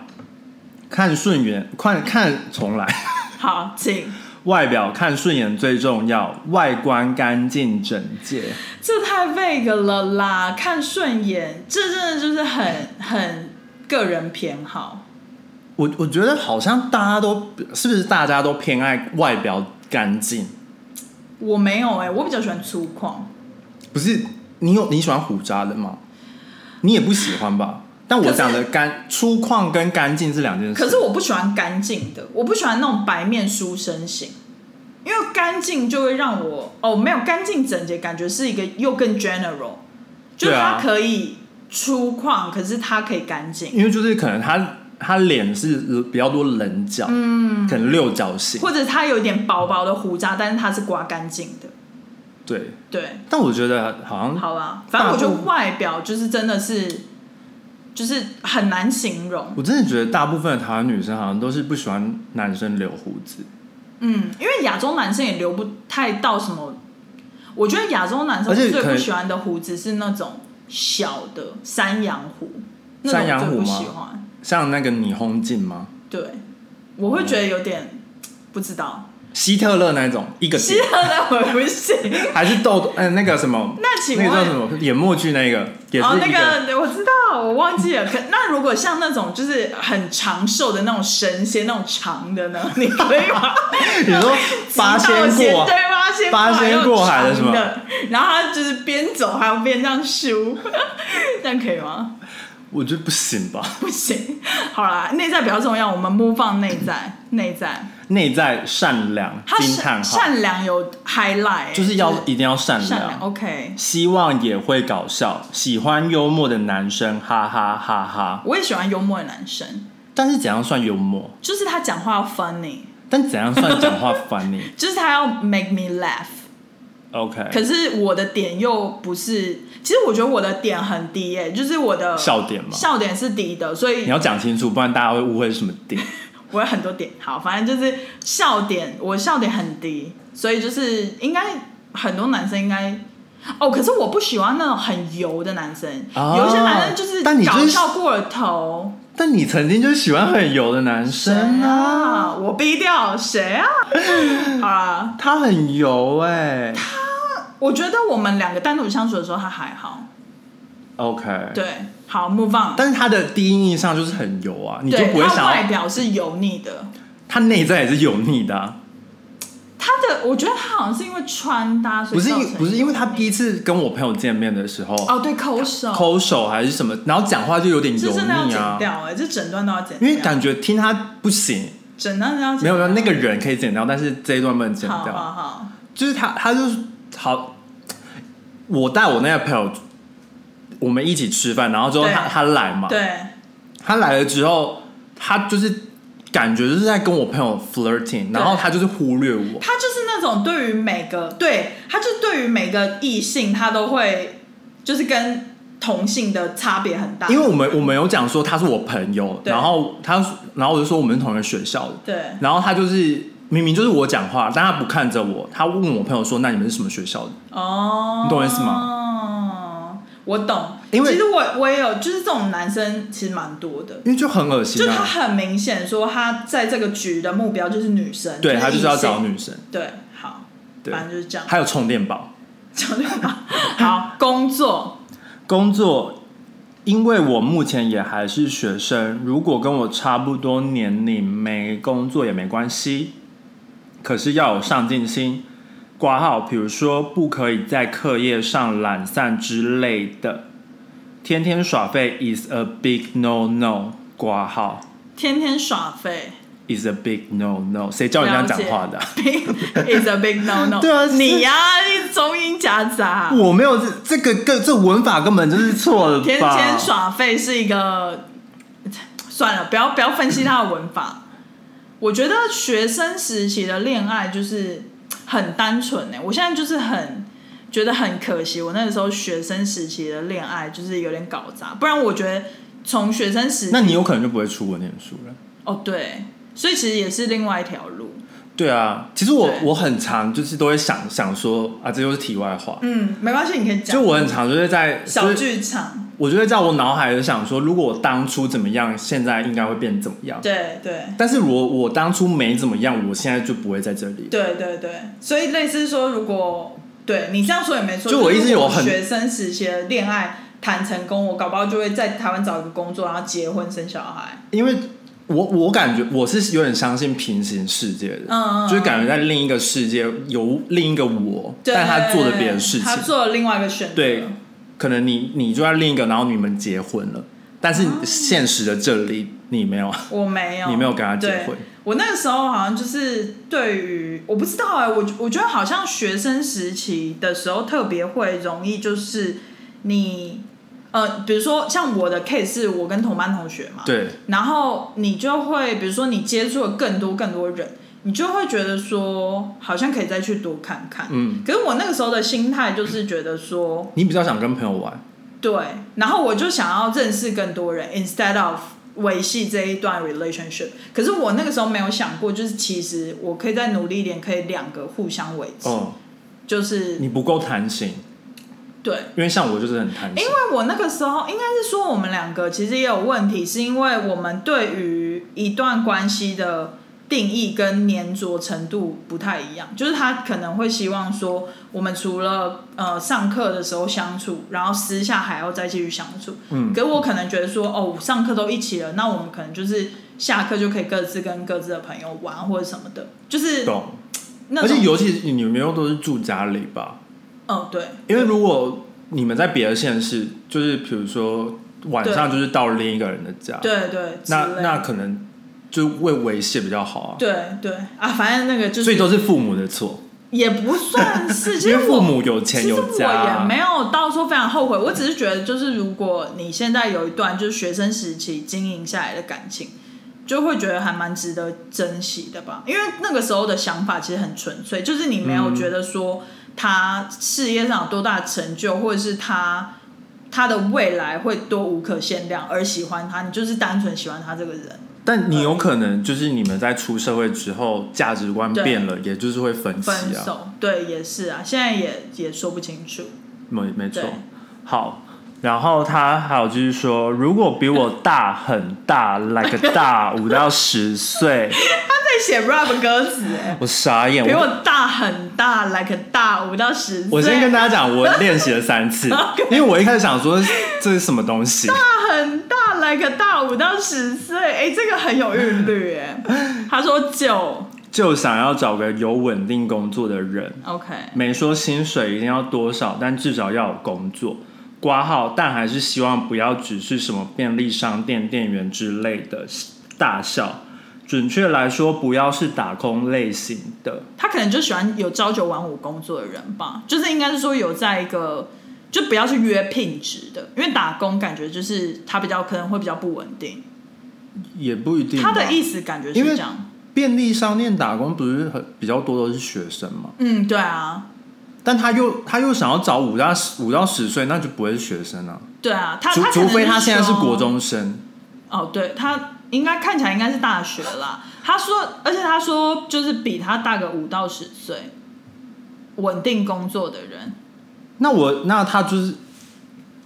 [SPEAKER 3] 看顺眼，看看重来，
[SPEAKER 1] 好，请，
[SPEAKER 3] 外表看顺眼最重要，外观干净整洁。
[SPEAKER 1] 这太 vague 了啦，看顺眼，这真的就是很很个人偏好。
[SPEAKER 3] 我我觉得好像大家都是不是大家都偏爱外表干净？
[SPEAKER 1] 我没有哎、我比较喜欢粗犷，
[SPEAKER 3] 不是你有你喜欢胡渣的吗？你也不喜欢吧？但我讲的干粗犷跟干净是两件事。
[SPEAKER 1] 可是我不喜欢干净的，我不喜欢那种白面书生型，因为干净就会让我哦，没有干净整洁，感觉是一个又更 general，就是
[SPEAKER 3] 对啊
[SPEAKER 1] 它可以粗犷，可是它可以干净，
[SPEAKER 3] 因为就是可能他他脸是比较多棱角，嗯，可能六角形，
[SPEAKER 1] 或者它有点薄薄的胡渣，但是它是刮干净的，
[SPEAKER 3] 对。
[SPEAKER 1] 对。
[SPEAKER 3] 但我觉得好像
[SPEAKER 1] 好吧，反正我觉
[SPEAKER 3] 大
[SPEAKER 1] 得
[SPEAKER 3] 部
[SPEAKER 1] 外表就是真的是，就是很难形容。
[SPEAKER 3] 我真的觉得大部分的台湾女生好像都是不喜欢男生留胡子，
[SPEAKER 1] 嗯，因为亚洲男生也留不太到什么，我觉得亚洲男生
[SPEAKER 3] 而且
[SPEAKER 1] 最
[SPEAKER 3] 可
[SPEAKER 1] 不
[SPEAKER 3] 能
[SPEAKER 1] 喜欢的胡子是那种小的山羊胡，那
[SPEAKER 3] 山羊
[SPEAKER 1] 种我最
[SPEAKER 3] 胡
[SPEAKER 1] 不
[SPEAKER 3] 吗
[SPEAKER 1] 喜欢。
[SPEAKER 3] 像那个倪虹镜吗？
[SPEAKER 1] 对，我会觉得有点不知
[SPEAKER 3] 嗯
[SPEAKER 1] 道，
[SPEAKER 3] 希特勒那一种一个
[SPEAKER 1] 其
[SPEAKER 3] 点，
[SPEAKER 1] 他的我不行。
[SPEAKER 3] 还是豆豆？嗯、那个什么，
[SPEAKER 1] 那请
[SPEAKER 3] 那
[SPEAKER 1] 问
[SPEAKER 3] 个叫什么演默剧那个也是
[SPEAKER 1] 哦，
[SPEAKER 3] 一
[SPEAKER 1] 那个我知道，我忘记了。可那如果像那种就是很长寿的那种神仙那种长的呢，你可以吗？
[SPEAKER 3] 你 说八仙过啊
[SPEAKER 1] 对八仙
[SPEAKER 3] 八仙过海
[SPEAKER 1] 的
[SPEAKER 3] 的是吗
[SPEAKER 1] 然后他就是边走还要边这样修， 这样可以吗？
[SPEAKER 3] 我觉得不行吧？
[SPEAKER 1] 不行，好啦，内在比较重要，我们 move on 内在，内在
[SPEAKER 3] 内在善良，
[SPEAKER 1] 他
[SPEAKER 3] 惊
[SPEAKER 1] 善
[SPEAKER 3] 叹号，
[SPEAKER 1] 善良有 highlight，欸、
[SPEAKER 3] 就是要一定要善
[SPEAKER 1] 善良。OK，
[SPEAKER 3] 希望也会搞笑，喜欢幽默的男生，哈哈哈哈。
[SPEAKER 1] 我也喜欢幽默的男生，
[SPEAKER 3] 但是怎样算幽默？
[SPEAKER 1] 就是他讲话要 funny，
[SPEAKER 3] 但怎样算讲话 funny？OK，、
[SPEAKER 1] 就是他要 make me laugh。可
[SPEAKER 3] 哎
[SPEAKER 1] 是我的点又不是，其实我觉得我的点很低耶、就是我的
[SPEAKER 3] 笑点嘛
[SPEAKER 1] 笑点是低的，所
[SPEAKER 3] 你
[SPEAKER 1] 以
[SPEAKER 3] 要讲清楚，不然大家会误会是什么点。
[SPEAKER 1] 我有很多点。好，反正就是笑点，我笑点很低，所以就是应该很多男生应该。哦，可是我不喜欢那种很油的男生，
[SPEAKER 3] 哦
[SPEAKER 1] 有一些男生就是
[SPEAKER 3] 但你就
[SPEAKER 1] 搞
[SPEAKER 3] 是
[SPEAKER 1] 笑过了头。
[SPEAKER 3] 但你曾经就是喜欢很油的男生啊，
[SPEAKER 1] 啊，我逼掉谁啊？好啦，
[SPEAKER 3] 他很油哎、
[SPEAKER 1] 我觉得我们两个单独相处的时候他还好，
[SPEAKER 3] OK，，
[SPEAKER 1] 对，好 move on。
[SPEAKER 3] 但是他的第一印象就是很油啊，你就
[SPEAKER 1] 对
[SPEAKER 3] 不会
[SPEAKER 1] 他
[SPEAKER 3] 想
[SPEAKER 1] 外
[SPEAKER 3] 要
[SPEAKER 1] 表是油腻的，
[SPEAKER 3] 他内在也是油腻的啊、
[SPEAKER 1] 他的我觉得他好像是因为穿搭，所
[SPEAKER 3] 不
[SPEAKER 1] 以
[SPEAKER 3] 是
[SPEAKER 1] 造成
[SPEAKER 3] 因不是因为他
[SPEAKER 1] 油腻
[SPEAKER 3] 第一次跟我朋友见面的时候，
[SPEAKER 1] 哦，对，抠手，
[SPEAKER 3] 抠手还是什么，然后讲话就有点油
[SPEAKER 1] 这真的要
[SPEAKER 3] 腻
[SPEAKER 1] 剪
[SPEAKER 3] 啊，
[SPEAKER 1] 掉哎、这整段都要剪
[SPEAKER 3] 因
[SPEAKER 1] 掉，
[SPEAKER 3] 为感觉听他不行，
[SPEAKER 1] 整段都要剪
[SPEAKER 3] 没有没有那个
[SPEAKER 1] 人
[SPEAKER 3] 人可以剪掉，但是这一段不能剪
[SPEAKER 1] 好
[SPEAKER 3] 掉，
[SPEAKER 1] 好好，
[SPEAKER 3] 就是他他就是好，我带我那个朋友，我们一起吃饭，然后之后
[SPEAKER 1] 对
[SPEAKER 3] 他他来嘛，
[SPEAKER 1] 对，
[SPEAKER 3] 他来了之后，他就是感觉就是在跟我朋友 flirting，然后他就是忽略我，
[SPEAKER 1] 他就是那种对于每个对，他就是对于每个异性他都会就是跟同性的差别很大，
[SPEAKER 3] 因为我们我们有讲说他是我朋友，
[SPEAKER 1] 对
[SPEAKER 3] 然后他然后我就说我们是同一个学校的，
[SPEAKER 1] 对
[SPEAKER 3] 然后他就是明明就是我讲话，但他不看着我，他问我朋友说那你们是什么学校的？
[SPEAKER 1] 哦，
[SPEAKER 3] 你懂我意思
[SPEAKER 1] 吗？我懂，
[SPEAKER 3] 因为
[SPEAKER 1] 其实我我也有，就是这种男生其实蛮多的，
[SPEAKER 3] 因为就很恶
[SPEAKER 1] 就
[SPEAKER 3] 心
[SPEAKER 1] 他
[SPEAKER 3] 啊，
[SPEAKER 1] 很明显说他在这个局的目标就是女生，
[SPEAKER 3] 对他就是要找
[SPEAKER 1] 异性，
[SPEAKER 3] 女生，
[SPEAKER 1] 对，好，
[SPEAKER 3] 对
[SPEAKER 1] 反正就是这样，
[SPEAKER 3] 还有充电宝。
[SPEAKER 1] 讲对吧？好，工作
[SPEAKER 3] 工作，因为我目前也还是学生，如果跟我差不多年龄没工作也没关系，可是要有上进心。挂号，比如说不可以在课业上懒散之类的，天天耍废 is a big no no。挂号
[SPEAKER 1] 天天耍废
[SPEAKER 3] is a big no no，谁叫你这样讲话的啊、
[SPEAKER 1] big is a big no no，
[SPEAKER 3] 对啊是
[SPEAKER 1] 你呀，你中英夹杂，
[SPEAKER 3] 我没有这这个个这文法根本就是错了吧？
[SPEAKER 1] 天天耍废是一个，算了，不要不要分析他的文法。我觉得学生时期的恋爱就是很单纯欸呢、我现在就是很觉得很可惜，我那个时候学生时期的恋爱就是有点搞砸，不然我觉得从学生时
[SPEAKER 3] 那你有可能就不会出国念书了。
[SPEAKER 1] 哦对，所以其实也是另外一条路。
[SPEAKER 3] 对啊，其实我
[SPEAKER 1] 对
[SPEAKER 3] 我很常就是都会想想说啊，这就是题外话。
[SPEAKER 1] 嗯，没关系，你可以讲。
[SPEAKER 3] 就我很常就是在
[SPEAKER 1] 小
[SPEAKER 3] 就是
[SPEAKER 1] 剧场，
[SPEAKER 3] 我就会在我脑海里想说，如果我当初怎么样，现在应该会变怎么样。
[SPEAKER 1] 对对
[SPEAKER 3] 但是我我当初没怎么样，我现在就不会在这里。
[SPEAKER 1] 对对对，所以类似说，如果对你这样说也没错，
[SPEAKER 3] 就我
[SPEAKER 1] 是
[SPEAKER 3] 一直
[SPEAKER 1] 如果
[SPEAKER 3] 有很
[SPEAKER 1] 学生时期的恋爱谈成功，我搞不好就会在台湾找一个工作，然后结婚生小孩。
[SPEAKER 3] 因为我我感觉我是有点相信平行世界的，
[SPEAKER 1] 嗯嗯
[SPEAKER 3] 就是感觉在另一个世界有另一个我，
[SPEAKER 1] 对
[SPEAKER 3] 但他做了别的事
[SPEAKER 1] 他
[SPEAKER 3] 情。
[SPEAKER 1] 做了另外一个选择。
[SPEAKER 3] 对，可能你你就在另一个，然后你们结婚了，但是
[SPEAKER 1] 哦
[SPEAKER 3] 现实的这里你没有。
[SPEAKER 1] 我没有，
[SPEAKER 3] 你没有跟他结婚
[SPEAKER 1] 对。我那个时候好像就是对于我不知道哎、我我觉得好像学生时期的时候特别会容易就是你呃，比如说像我的 case 是我跟同班同学嘛，
[SPEAKER 3] 对，
[SPEAKER 1] 然后你就会，比如说你接触了更多更多人，你就会觉得说，好像可以再去多看看。
[SPEAKER 3] 嗯，
[SPEAKER 1] 可是我那个时候的心态就是觉得说，
[SPEAKER 3] 你比较想跟朋友玩，
[SPEAKER 1] 对，然后我就想要认识更多人，instead of 维系这一段 relationship。可是我那个时候没有想过，就是其实我可以再努力一点，可以两个互相维持，
[SPEAKER 3] 哦，
[SPEAKER 1] 就是
[SPEAKER 3] 你不够弹性，
[SPEAKER 1] 对。
[SPEAKER 3] 因为像我就是很弹
[SPEAKER 1] 因
[SPEAKER 3] 性，
[SPEAKER 1] 为我那个时候应该是说我们两个其实也有问题，是因为我们对于一段关系的定义跟粘着程度不太一样，就是他可能会希望说我们除了呃上课的时候相处，然后私下还要再继续相处。
[SPEAKER 3] 嗯
[SPEAKER 1] 可我可能觉得说哦，上课都一起了，那我们可能就是下课就可以各自跟各自的朋友玩或者什么的，就是
[SPEAKER 3] 懂。
[SPEAKER 1] 那
[SPEAKER 3] 而
[SPEAKER 1] 种
[SPEAKER 3] 且尤其是你们又都是住家里吧，
[SPEAKER 1] 嗯对
[SPEAKER 3] 因为如果你们在别的县市，就是比如说晚上就是到另一个人的家，
[SPEAKER 1] 对对之
[SPEAKER 3] 那
[SPEAKER 1] 类
[SPEAKER 3] 那可能就为维系比较好啊。
[SPEAKER 1] 对对啊，反正那个就
[SPEAKER 3] 所以
[SPEAKER 1] 是
[SPEAKER 3] 都是父母的错，
[SPEAKER 1] 也不算是，其
[SPEAKER 3] 因
[SPEAKER 1] 实
[SPEAKER 3] 为
[SPEAKER 1] 我
[SPEAKER 3] 父母有钱
[SPEAKER 1] 其实
[SPEAKER 3] 有
[SPEAKER 1] 我
[SPEAKER 3] 家
[SPEAKER 1] 也
[SPEAKER 3] 啊，
[SPEAKER 1] 没有到说非常后悔，我只是觉得，就是如果你现在有一段就是学生时期经营下来的感情，就会觉得还蛮值得珍惜的吧。因为那个时候的想法其实很纯粹，就是你没有觉得说他事业上有多大的成就，或者是他他的未来会多无可限量而喜欢他，你就是单纯喜欢他这个人。
[SPEAKER 3] 但你有可能就是你们在出社会之后价值观
[SPEAKER 1] 对
[SPEAKER 3] 变了，也就是会分歧
[SPEAKER 1] 分
[SPEAKER 3] 啊。
[SPEAKER 1] 手，对，也是啊，现在也也说不清楚。
[SPEAKER 3] 没没错
[SPEAKER 1] 对，
[SPEAKER 3] 好。然后他还有就是说，如果比我大很 大，like 大五到十岁，
[SPEAKER 1] 在写 rap 歌词、哎。
[SPEAKER 3] 我傻眼。
[SPEAKER 1] 比
[SPEAKER 3] 我
[SPEAKER 1] 我大很大，like 大五到十岁。
[SPEAKER 3] 我先跟大家讲，我练习了 三次，因为我一开始想说这是什么东西，
[SPEAKER 1] 大很大，like 大五到十岁。哎、这个很有韵律 哎。他说九
[SPEAKER 3] 就想要找个有稳定工作的人，
[SPEAKER 1] ，OK，
[SPEAKER 3] 没说薪水一定要多少，但至少要有工作。挂号，但还是希望不要只是什么便利商店店员之类的大校。准确来说，不要是打工类型的。
[SPEAKER 1] 他可能就喜欢有朝九晚五工作的人吧，就是应该是说有在一个。就不要去约聘职的，因为打工感觉就是他比较可能会比较不稳定。
[SPEAKER 3] 也不一定吧。
[SPEAKER 1] 他的意思感觉是
[SPEAKER 3] 因为
[SPEAKER 1] 这样，
[SPEAKER 3] 便利商店打工不是很比较多都是学生嘛？
[SPEAKER 1] 嗯，对啊，
[SPEAKER 3] 但他又他又想要找五到五到十岁，那就不会是学生啊。
[SPEAKER 1] 对啊，他
[SPEAKER 3] 除
[SPEAKER 1] 他可
[SPEAKER 3] 除
[SPEAKER 1] 能
[SPEAKER 3] 非
[SPEAKER 1] 是
[SPEAKER 3] 他现在是
[SPEAKER 1] 说
[SPEAKER 3] 国中生，
[SPEAKER 1] 哦，对他应该看起来应该是大学啦。他说，而且他说就是比他大个五到十岁，稳定工作的人。
[SPEAKER 3] 那我那他就是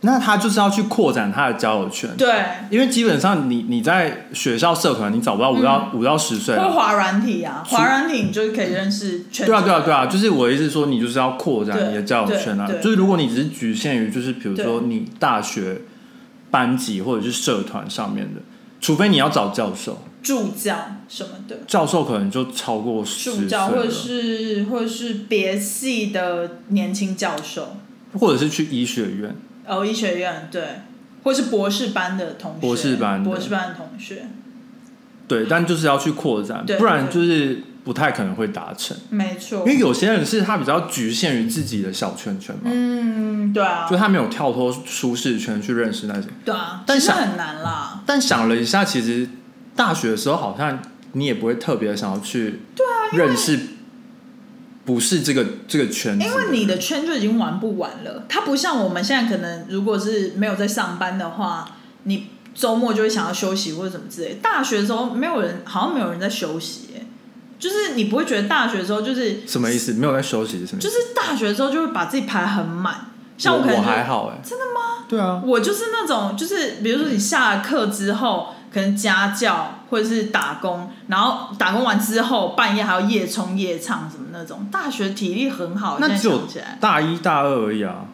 [SPEAKER 3] 那他就是要去扩展他的交友圈。
[SPEAKER 1] 对，
[SPEAKER 3] 因为基本上你你在学校社团，你找不到五
[SPEAKER 1] 嗯
[SPEAKER 3] 到五、到十岁
[SPEAKER 1] 或
[SPEAKER 3] 啊。
[SPEAKER 1] 滑软体啊，滑软体你就是可以认识全
[SPEAKER 3] 对啊，对啊，对啊，就是我的意思是说，你就是要扩展
[SPEAKER 1] 对
[SPEAKER 3] 你的交友圈啊
[SPEAKER 1] 对。对
[SPEAKER 3] 就是如果你只是局限于，就是比如说
[SPEAKER 1] 对
[SPEAKER 3] 你大学班级或者是社团上面的，除非你要找教授，
[SPEAKER 1] 助教什么的，
[SPEAKER 3] 教授可能就超过十
[SPEAKER 1] 助
[SPEAKER 3] 岁
[SPEAKER 1] 教
[SPEAKER 3] 了，
[SPEAKER 1] 或者是或者是别系的年轻教授，
[SPEAKER 3] 或者是去医学院。
[SPEAKER 1] 哦，医学院对，或是博士班的同学，
[SPEAKER 3] 博士班的
[SPEAKER 1] 博士班的同学，
[SPEAKER 3] 对，但就是要去扩展，
[SPEAKER 1] 对
[SPEAKER 3] 不然
[SPEAKER 1] 对
[SPEAKER 3] 就是不太可能会达成。
[SPEAKER 1] 没错
[SPEAKER 3] 因，为有些人是他比较局限于自己的小圈圈嘛，
[SPEAKER 1] 嗯，对啊
[SPEAKER 3] 就，他没有跳脱舒适圈去认识那些。
[SPEAKER 1] 对啊，
[SPEAKER 3] 但
[SPEAKER 1] 其实
[SPEAKER 3] 想
[SPEAKER 1] 很难啦。
[SPEAKER 3] 但想了一下，其实大学的时候好像你也不会特别想要去对啊认识，不是这个这个圈子，
[SPEAKER 1] 因为你的圈就已经玩不完了，它不像我们现在可能，如果是没有在上班的话，你周末就会想要休息或者什么之类。大学的时候没有人，好像没有人在休息、欸，就是你不会觉得大学的时候就是
[SPEAKER 3] 什么意思？没有在休息是什么意
[SPEAKER 1] 就
[SPEAKER 3] 思？
[SPEAKER 1] 是大学的时候就会把自己排得很满，像
[SPEAKER 3] 我
[SPEAKER 1] 可能
[SPEAKER 3] 我
[SPEAKER 1] 就
[SPEAKER 3] 还好哎、真的吗？对啊，
[SPEAKER 1] 我就是那种，就是比如说你下了课之后，可能家教或者是打工，然后打工完之后半夜还要夜冲夜唱什么那种。大学体力很好，
[SPEAKER 3] 那
[SPEAKER 1] 现在
[SPEAKER 3] 只有
[SPEAKER 1] 想起来
[SPEAKER 3] 大一大二而已啊，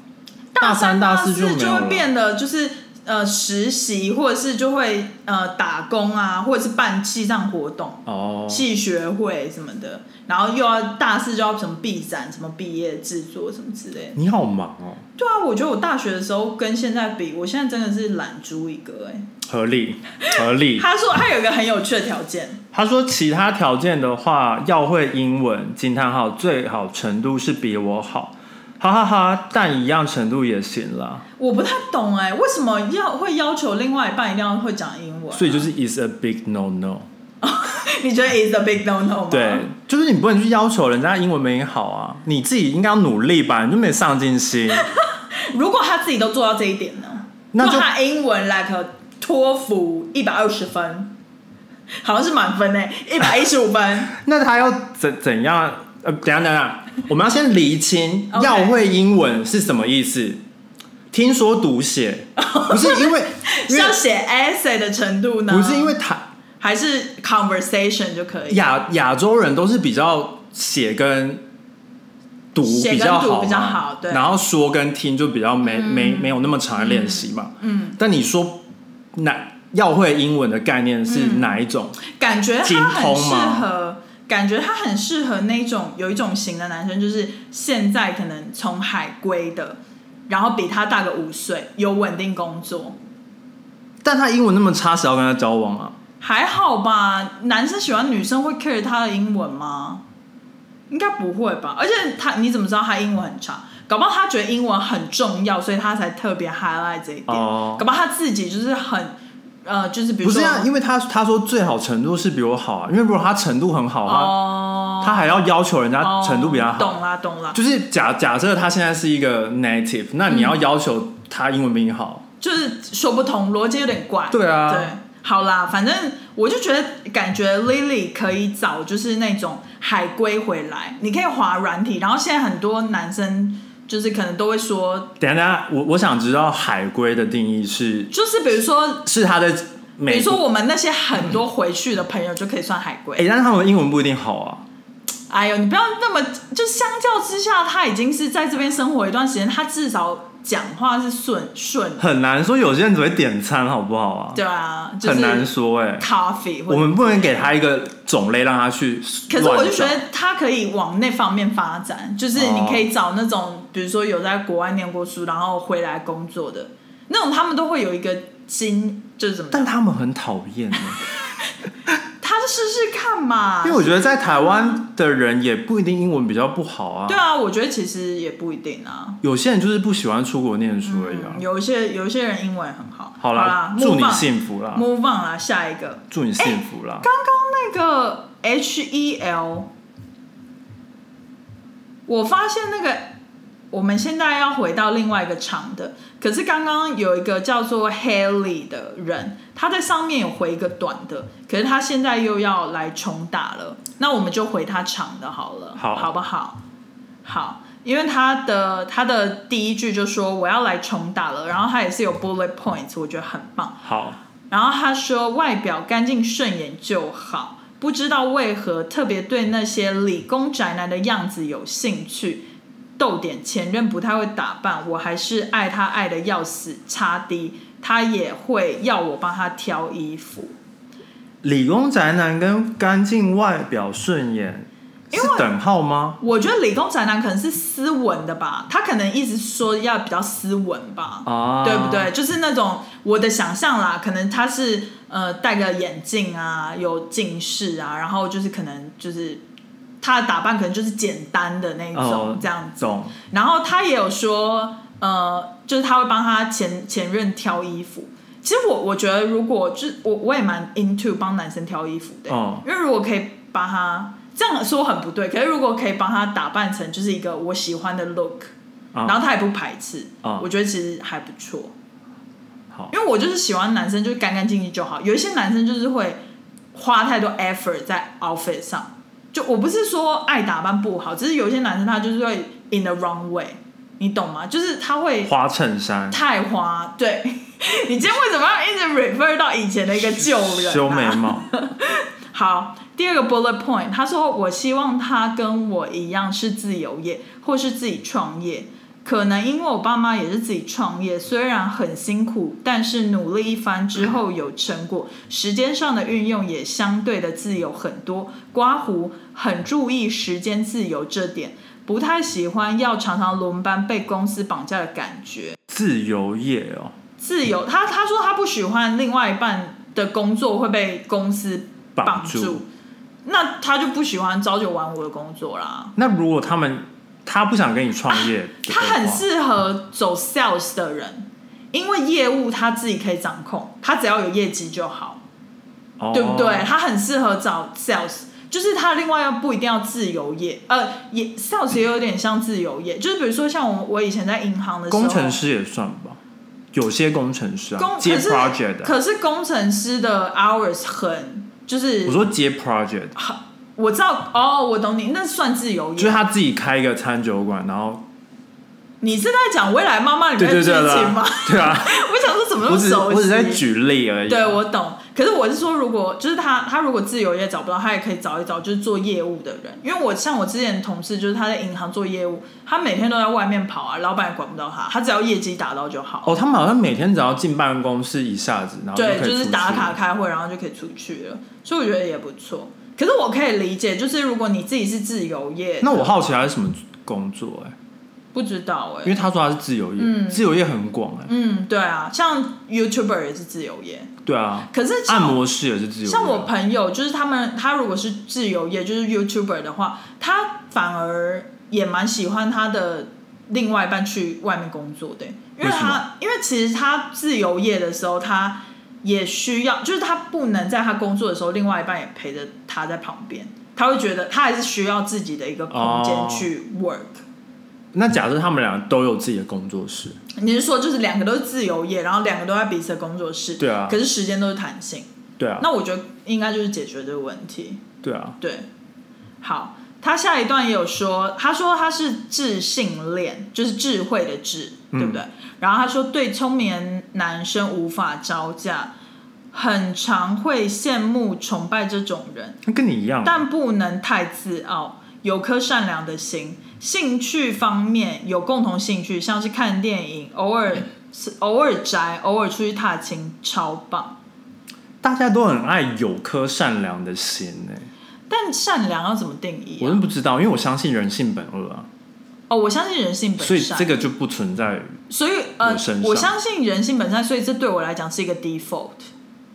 [SPEAKER 1] 大
[SPEAKER 3] 三
[SPEAKER 1] 大
[SPEAKER 3] 四
[SPEAKER 1] 就
[SPEAKER 3] 没有
[SPEAKER 1] 会
[SPEAKER 3] 了。
[SPEAKER 1] 变得就是呃实习，或者是就会呃打工啊，或者是办系上活动、
[SPEAKER 3] 哦，
[SPEAKER 1] 系学会什么的，然后又要大四就要什么毕展、什么毕业制作什么之类的。
[SPEAKER 3] 你好忙哦，
[SPEAKER 1] 对啊，我觉得我大学的时候跟现在比，我现在真的是懒猪一个哎、
[SPEAKER 3] 合理合理。
[SPEAKER 1] 他说他有一个很有趣的条件，
[SPEAKER 3] 他说其他条件的话，要会英文，惊叹号，最好程度是比我好，哈哈哈，但一样程度也行啦。
[SPEAKER 1] 我不太懂哎、为什么要会要求另外一半一定要会讲英文啊、
[SPEAKER 3] 所以就是 is a big no no。
[SPEAKER 1] 你觉得 is a big no no 吗？
[SPEAKER 3] 对，就是你不能去要求人家英文没好啊，你自己应该要努力吧，你就没上进 心。
[SPEAKER 1] 如果他自己都做到这一点呢？
[SPEAKER 3] 那就
[SPEAKER 1] 如果他英文 like 托福一百二十分，好像是满分诶、1一百一十五分。
[SPEAKER 3] 那他要怎怎样？呃，等一下等一下，我们要先厘清
[SPEAKER 1] OK
[SPEAKER 3] 要会英文是什么意思。听说读写
[SPEAKER 1] 哦
[SPEAKER 3] 不是 因为， 因
[SPEAKER 1] 是
[SPEAKER 3] 为
[SPEAKER 1] 要写 essay 的程度呢？
[SPEAKER 3] 不是因为台
[SPEAKER 1] 还是 conversation 就可以？
[SPEAKER 3] 亚亚洲人都是比较写跟读
[SPEAKER 1] 写跟
[SPEAKER 3] 比较
[SPEAKER 1] 读
[SPEAKER 3] 好嘛，
[SPEAKER 1] 比较好对
[SPEAKER 3] 然后说跟听就比较没、没没有那么常练习嘛。
[SPEAKER 1] 嗯，
[SPEAKER 3] 但你说哪要会英文的概念是哪一种？
[SPEAKER 1] 感觉
[SPEAKER 3] 精
[SPEAKER 1] 他很
[SPEAKER 3] 通
[SPEAKER 1] 适
[SPEAKER 3] 吗
[SPEAKER 1] 合，感觉他很适合那种有一种型的男生，就是现在可能从海归的，然后比他大个五岁，有稳定工作。
[SPEAKER 3] 但他英文那么差，谁要跟他交往啊？
[SPEAKER 1] 还好吧？男生喜欢女生会 care 他的英文吗？应该不会吧？而且他你怎么知道他英文很差？搞不好他觉得英文很重要，所以他才特别 highlight 这一点。
[SPEAKER 3] 哦
[SPEAKER 1] 搞不好他自己就是很呃，就是比如
[SPEAKER 3] 不
[SPEAKER 1] 说
[SPEAKER 3] 是啊，因为他他说最好程度是比我好啊，因为如果他程度很好，他、
[SPEAKER 1] 哦，
[SPEAKER 3] 他还要要求人家程度比他
[SPEAKER 1] 哦
[SPEAKER 3] 好，
[SPEAKER 1] 懂啦懂啦，
[SPEAKER 3] 就是假假设他现在是一个 native，那你要要求他英文比你好，
[SPEAKER 1] 就是说不通，逻辑有点怪。
[SPEAKER 3] 对啊
[SPEAKER 1] 对，好啦，反正我就觉得感觉 Lily 可以找就是那种海归回来，你可以滑软体，然后现在很多男生就是可能都会说，
[SPEAKER 3] 等一下，等一下，我我想知道海归的定义是
[SPEAKER 1] 就是比如说，
[SPEAKER 3] 是他的
[SPEAKER 1] 比
[SPEAKER 3] 美
[SPEAKER 1] 如说
[SPEAKER 3] 国，
[SPEAKER 1] 我们那些很多回去的朋友就可以算海
[SPEAKER 3] 哎、
[SPEAKER 1] 归。
[SPEAKER 3] 但是他们英文不一定好啊。
[SPEAKER 1] 哎呦，你不要那么，就相较之下，他已经是在这边生活一段时间，他至少讲话是顺顺的，
[SPEAKER 3] 很难说，有些人只会点餐，好不好啊？
[SPEAKER 1] 对啊，就是
[SPEAKER 3] 很难说哎、
[SPEAKER 1] coffee 或
[SPEAKER 3] 我
[SPEAKER 1] 者
[SPEAKER 3] 们不能给他一个种类让他去
[SPEAKER 1] 可
[SPEAKER 3] 乱找。哦
[SPEAKER 1] 是我就觉得他可以往那方面发展，就是你可以找那种，比如说有在国外念过书，然后回来工作的那种，他们都会有一个经，就是怎么讲，
[SPEAKER 3] 但他们很讨 厌欸，
[SPEAKER 1] 啊他就试试看嘛
[SPEAKER 3] 因为。我觉得在台湾的人也不一定英文比较不好啊。
[SPEAKER 1] 对啊，我觉得其实也不一定啊。
[SPEAKER 3] 有些人就是不喜欢出国念书而已啊。
[SPEAKER 1] 嗯，有一些有一些人英文很好。
[SPEAKER 3] 好啦
[SPEAKER 1] 啦，，
[SPEAKER 3] 祝你
[SPEAKER 1] move on
[SPEAKER 3] 幸福啦，
[SPEAKER 1] ，move on 啦，下一个
[SPEAKER 3] 祝你幸福啦。
[SPEAKER 1] 哎那个 H E L，我发现那个我们现在要回到另外一个长的，可是刚刚有一个叫做 Haley 的人，他在上面有回一个短的，可是他现在又要来重打了，那我们就回他长的好了，
[SPEAKER 3] 好
[SPEAKER 1] 好不好？好。因为他的他的第一句就说我要来重打了，然后他也是有 bullet points，我觉得很棒。
[SPEAKER 3] 好，
[SPEAKER 1] 然后他说，外表干净顺眼就好，不知道为何特别对那些理工宅男的样子有兴趣。逗点，前任不太会打扮，我还是爱他爱的要死，差低，他也会要我帮他挑衣服。
[SPEAKER 3] 理工宅男跟干净外表顺眼是等号吗？
[SPEAKER 1] 我觉得理工宅男可能是斯文的吧，他可能一直说要比较斯文吧，
[SPEAKER 3] 啊，
[SPEAKER 1] 对不？对？就是那种我的想象啦，可能他是呃戴个眼镜啊，有近视啊，然后就是可能就是他的打扮可能就是简单的那一种、
[SPEAKER 3] 哦
[SPEAKER 1] 这样子。
[SPEAKER 3] 懂。
[SPEAKER 1] 然后他也有说，呃，就是他会帮他前前任挑衣服。其实我我觉得，如果就是我我也蛮 into 帮男生挑衣服的，
[SPEAKER 3] 哦
[SPEAKER 1] 因为如果可以把他这样说很不对，可是如果可以帮他打扮成就是一个我喜欢的 look，、
[SPEAKER 3] 啊
[SPEAKER 1] 然后他也不排斥，
[SPEAKER 3] 啊
[SPEAKER 1] 我觉得其实还不错。
[SPEAKER 3] 好
[SPEAKER 1] 因为我就是喜欢男生就是干干净净就好，有一些男生就是会花太多 effort 在 outfit 上。就我不是说爱打扮不好，只是有一些男生他就是会 in the wrong way，你懂吗？就是他会
[SPEAKER 3] 花衬衫，
[SPEAKER 1] 太花。对 你今天为什么要一直 refer 到以前的一个旧人、啊？
[SPEAKER 3] 修眉毛，
[SPEAKER 1] 好，第二个 bullet point，他说我希望他跟我一样是自由业或是自己创业。可能因为我爸妈也是自己创业，虽然很辛苦，但是努力一番之后有成果，时间上的运用也相对的自由很多。刮胡很注意时间自由这点，不太喜欢要常常轮班被公司绑架的感觉。
[SPEAKER 3] 自由业哦。
[SPEAKER 1] 自由，他他说他不喜欢另外一半的工作会被公司绑
[SPEAKER 3] 绑住
[SPEAKER 1] 那他就不喜欢朝九晚五的工作啦。
[SPEAKER 3] 那如果他们他不想跟你创业的 话，
[SPEAKER 1] 他很适合走 sales 的人，因为业务他自己可以掌控，他只要有业绩就好，
[SPEAKER 3] 哦
[SPEAKER 1] 对不对？？他很适合找 sales。就是他另外又不一定要自由业，呃，也 sales 也有点像自由业，就是比如说像我我以前在银行的时候，
[SPEAKER 3] 工程师也算吧，有些工程师啊，
[SPEAKER 1] 工
[SPEAKER 3] 接
[SPEAKER 1] 可是
[SPEAKER 3] project 的。
[SPEAKER 1] 可是工程师的 hours 很就是
[SPEAKER 3] 我说接 project，
[SPEAKER 1] 我知道哦，我懂你，那算自由
[SPEAKER 3] 就是
[SPEAKER 1] 业。
[SPEAKER 3] 他自己开一个餐酒馆，然后
[SPEAKER 1] 你是在讲《未来妈妈》里
[SPEAKER 3] 对
[SPEAKER 1] 面的
[SPEAKER 3] 对
[SPEAKER 1] 剧
[SPEAKER 3] 对
[SPEAKER 1] 情吗？
[SPEAKER 3] 对对啊，
[SPEAKER 1] 我想说怎么那
[SPEAKER 3] 我
[SPEAKER 1] 么
[SPEAKER 3] 只
[SPEAKER 1] 熟悉？
[SPEAKER 3] 我只在举例啊而已。
[SPEAKER 1] 对，我懂。可是我是说，如果就是他，他如果自由业找不到，他也可以找一找就是做业务的人。因为我像我之前的同事，就是他在银行做业务，他每天都在外面跑啊，老板也管不到他，他只要业绩达到就好。
[SPEAKER 3] 哦，他们好像每天只要进办公室一下子，然后
[SPEAKER 1] 对，
[SPEAKER 3] 可以
[SPEAKER 1] 就
[SPEAKER 3] 出
[SPEAKER 1] 是
[SPEAKER 3] 去
[SPEAKER 1] 打卡开会，然后就可以出去了。所以我觉得也不错。可是我可以理解，就是如果你自己是自由业，
[SPEAKER 3] 那我好奇他是什么工作、哎，
[SPEAKER 1] 不知道哎、
[SPEAKER 3] 因为他说他是自由业，
[SPEAKER 1] 嗯
[SPEAKER 3] 自由业很广哎、
[SPEAKER 1] 嗯，对啊，像 YouTuber 也是自由业，
[SPEAKER 3] 对啊，
[SPEAKER 1] 可是像
[SPEAKER 3] 按摩师也是自由业啊，
[SPEAKER 1] 像我朋友，就是他们，他如果是自由业，就是 YouTuber 的话，他反而也蛮喜欢他的另外一半去外面工作的，因为
[SPEAKER 3] 为什
[SPEAKER 1] 他
[SPEAKER 3] 么
[SPEAKER 1] 因为其实他自由业的时候，他也需要，就是他不能在他工作的时候，另外一半也陪着他在旁边，他会觉得他还是需要自己的一个空间
[SPEAKER 3] 哦
[SPEAKER 1] 去 work。
[SPEAKER 3] 那假设他们俩都有自己的工作室，
[SPEAKER 1] 你是说就是两个都是自由业，然后两个都在彼此的工作室，
[SPEAKER 3] 对啊
[SPEAKER 1] 可是时间都是弹性，
[SPEAKER 3] 对啊，
[SPEAKER 1] 那我觉得应该就是解决这个问题。
[SPEAKER 3] 对啊，
[SPEAKER 1] 对，好，他下一段也有说，他说他是智性恋，就是智慧的智，对不对？
[SPEAKER 3] 嗯
[SPEAKER 1] 然后他说对聪明的男生无法招架，很常会羡慕崇拜这种人，
[SPEAKER 3] 那跟你一样啊，
[SPEAKER 1] 但不能太自傲，有颗善良的心。兴趣方面有共同兴趣，像是看电影，偶尔偶尔宅，偶尔出去踏青，超棒。
[SPEAKER 3] 大家都很爱有颗善良的心哎、
[SPEAKER 1] 但善良要怎么定义
[SPEAKER 3] 我
[SPEAKER 1] 啊、
[SPEAKER 3] 真不知道，因为我相信人性本恶啊，
[SPEAKER 1] 哦，我相信人性本善，
[SPEAKER 3] 所以这个就不存在于。
[SPEAKER 1] 所以呃
[SPEAKER 3] 我身，上
[SPEAKER 1] 我相信人性本善，所以这对我来讲是一个 default，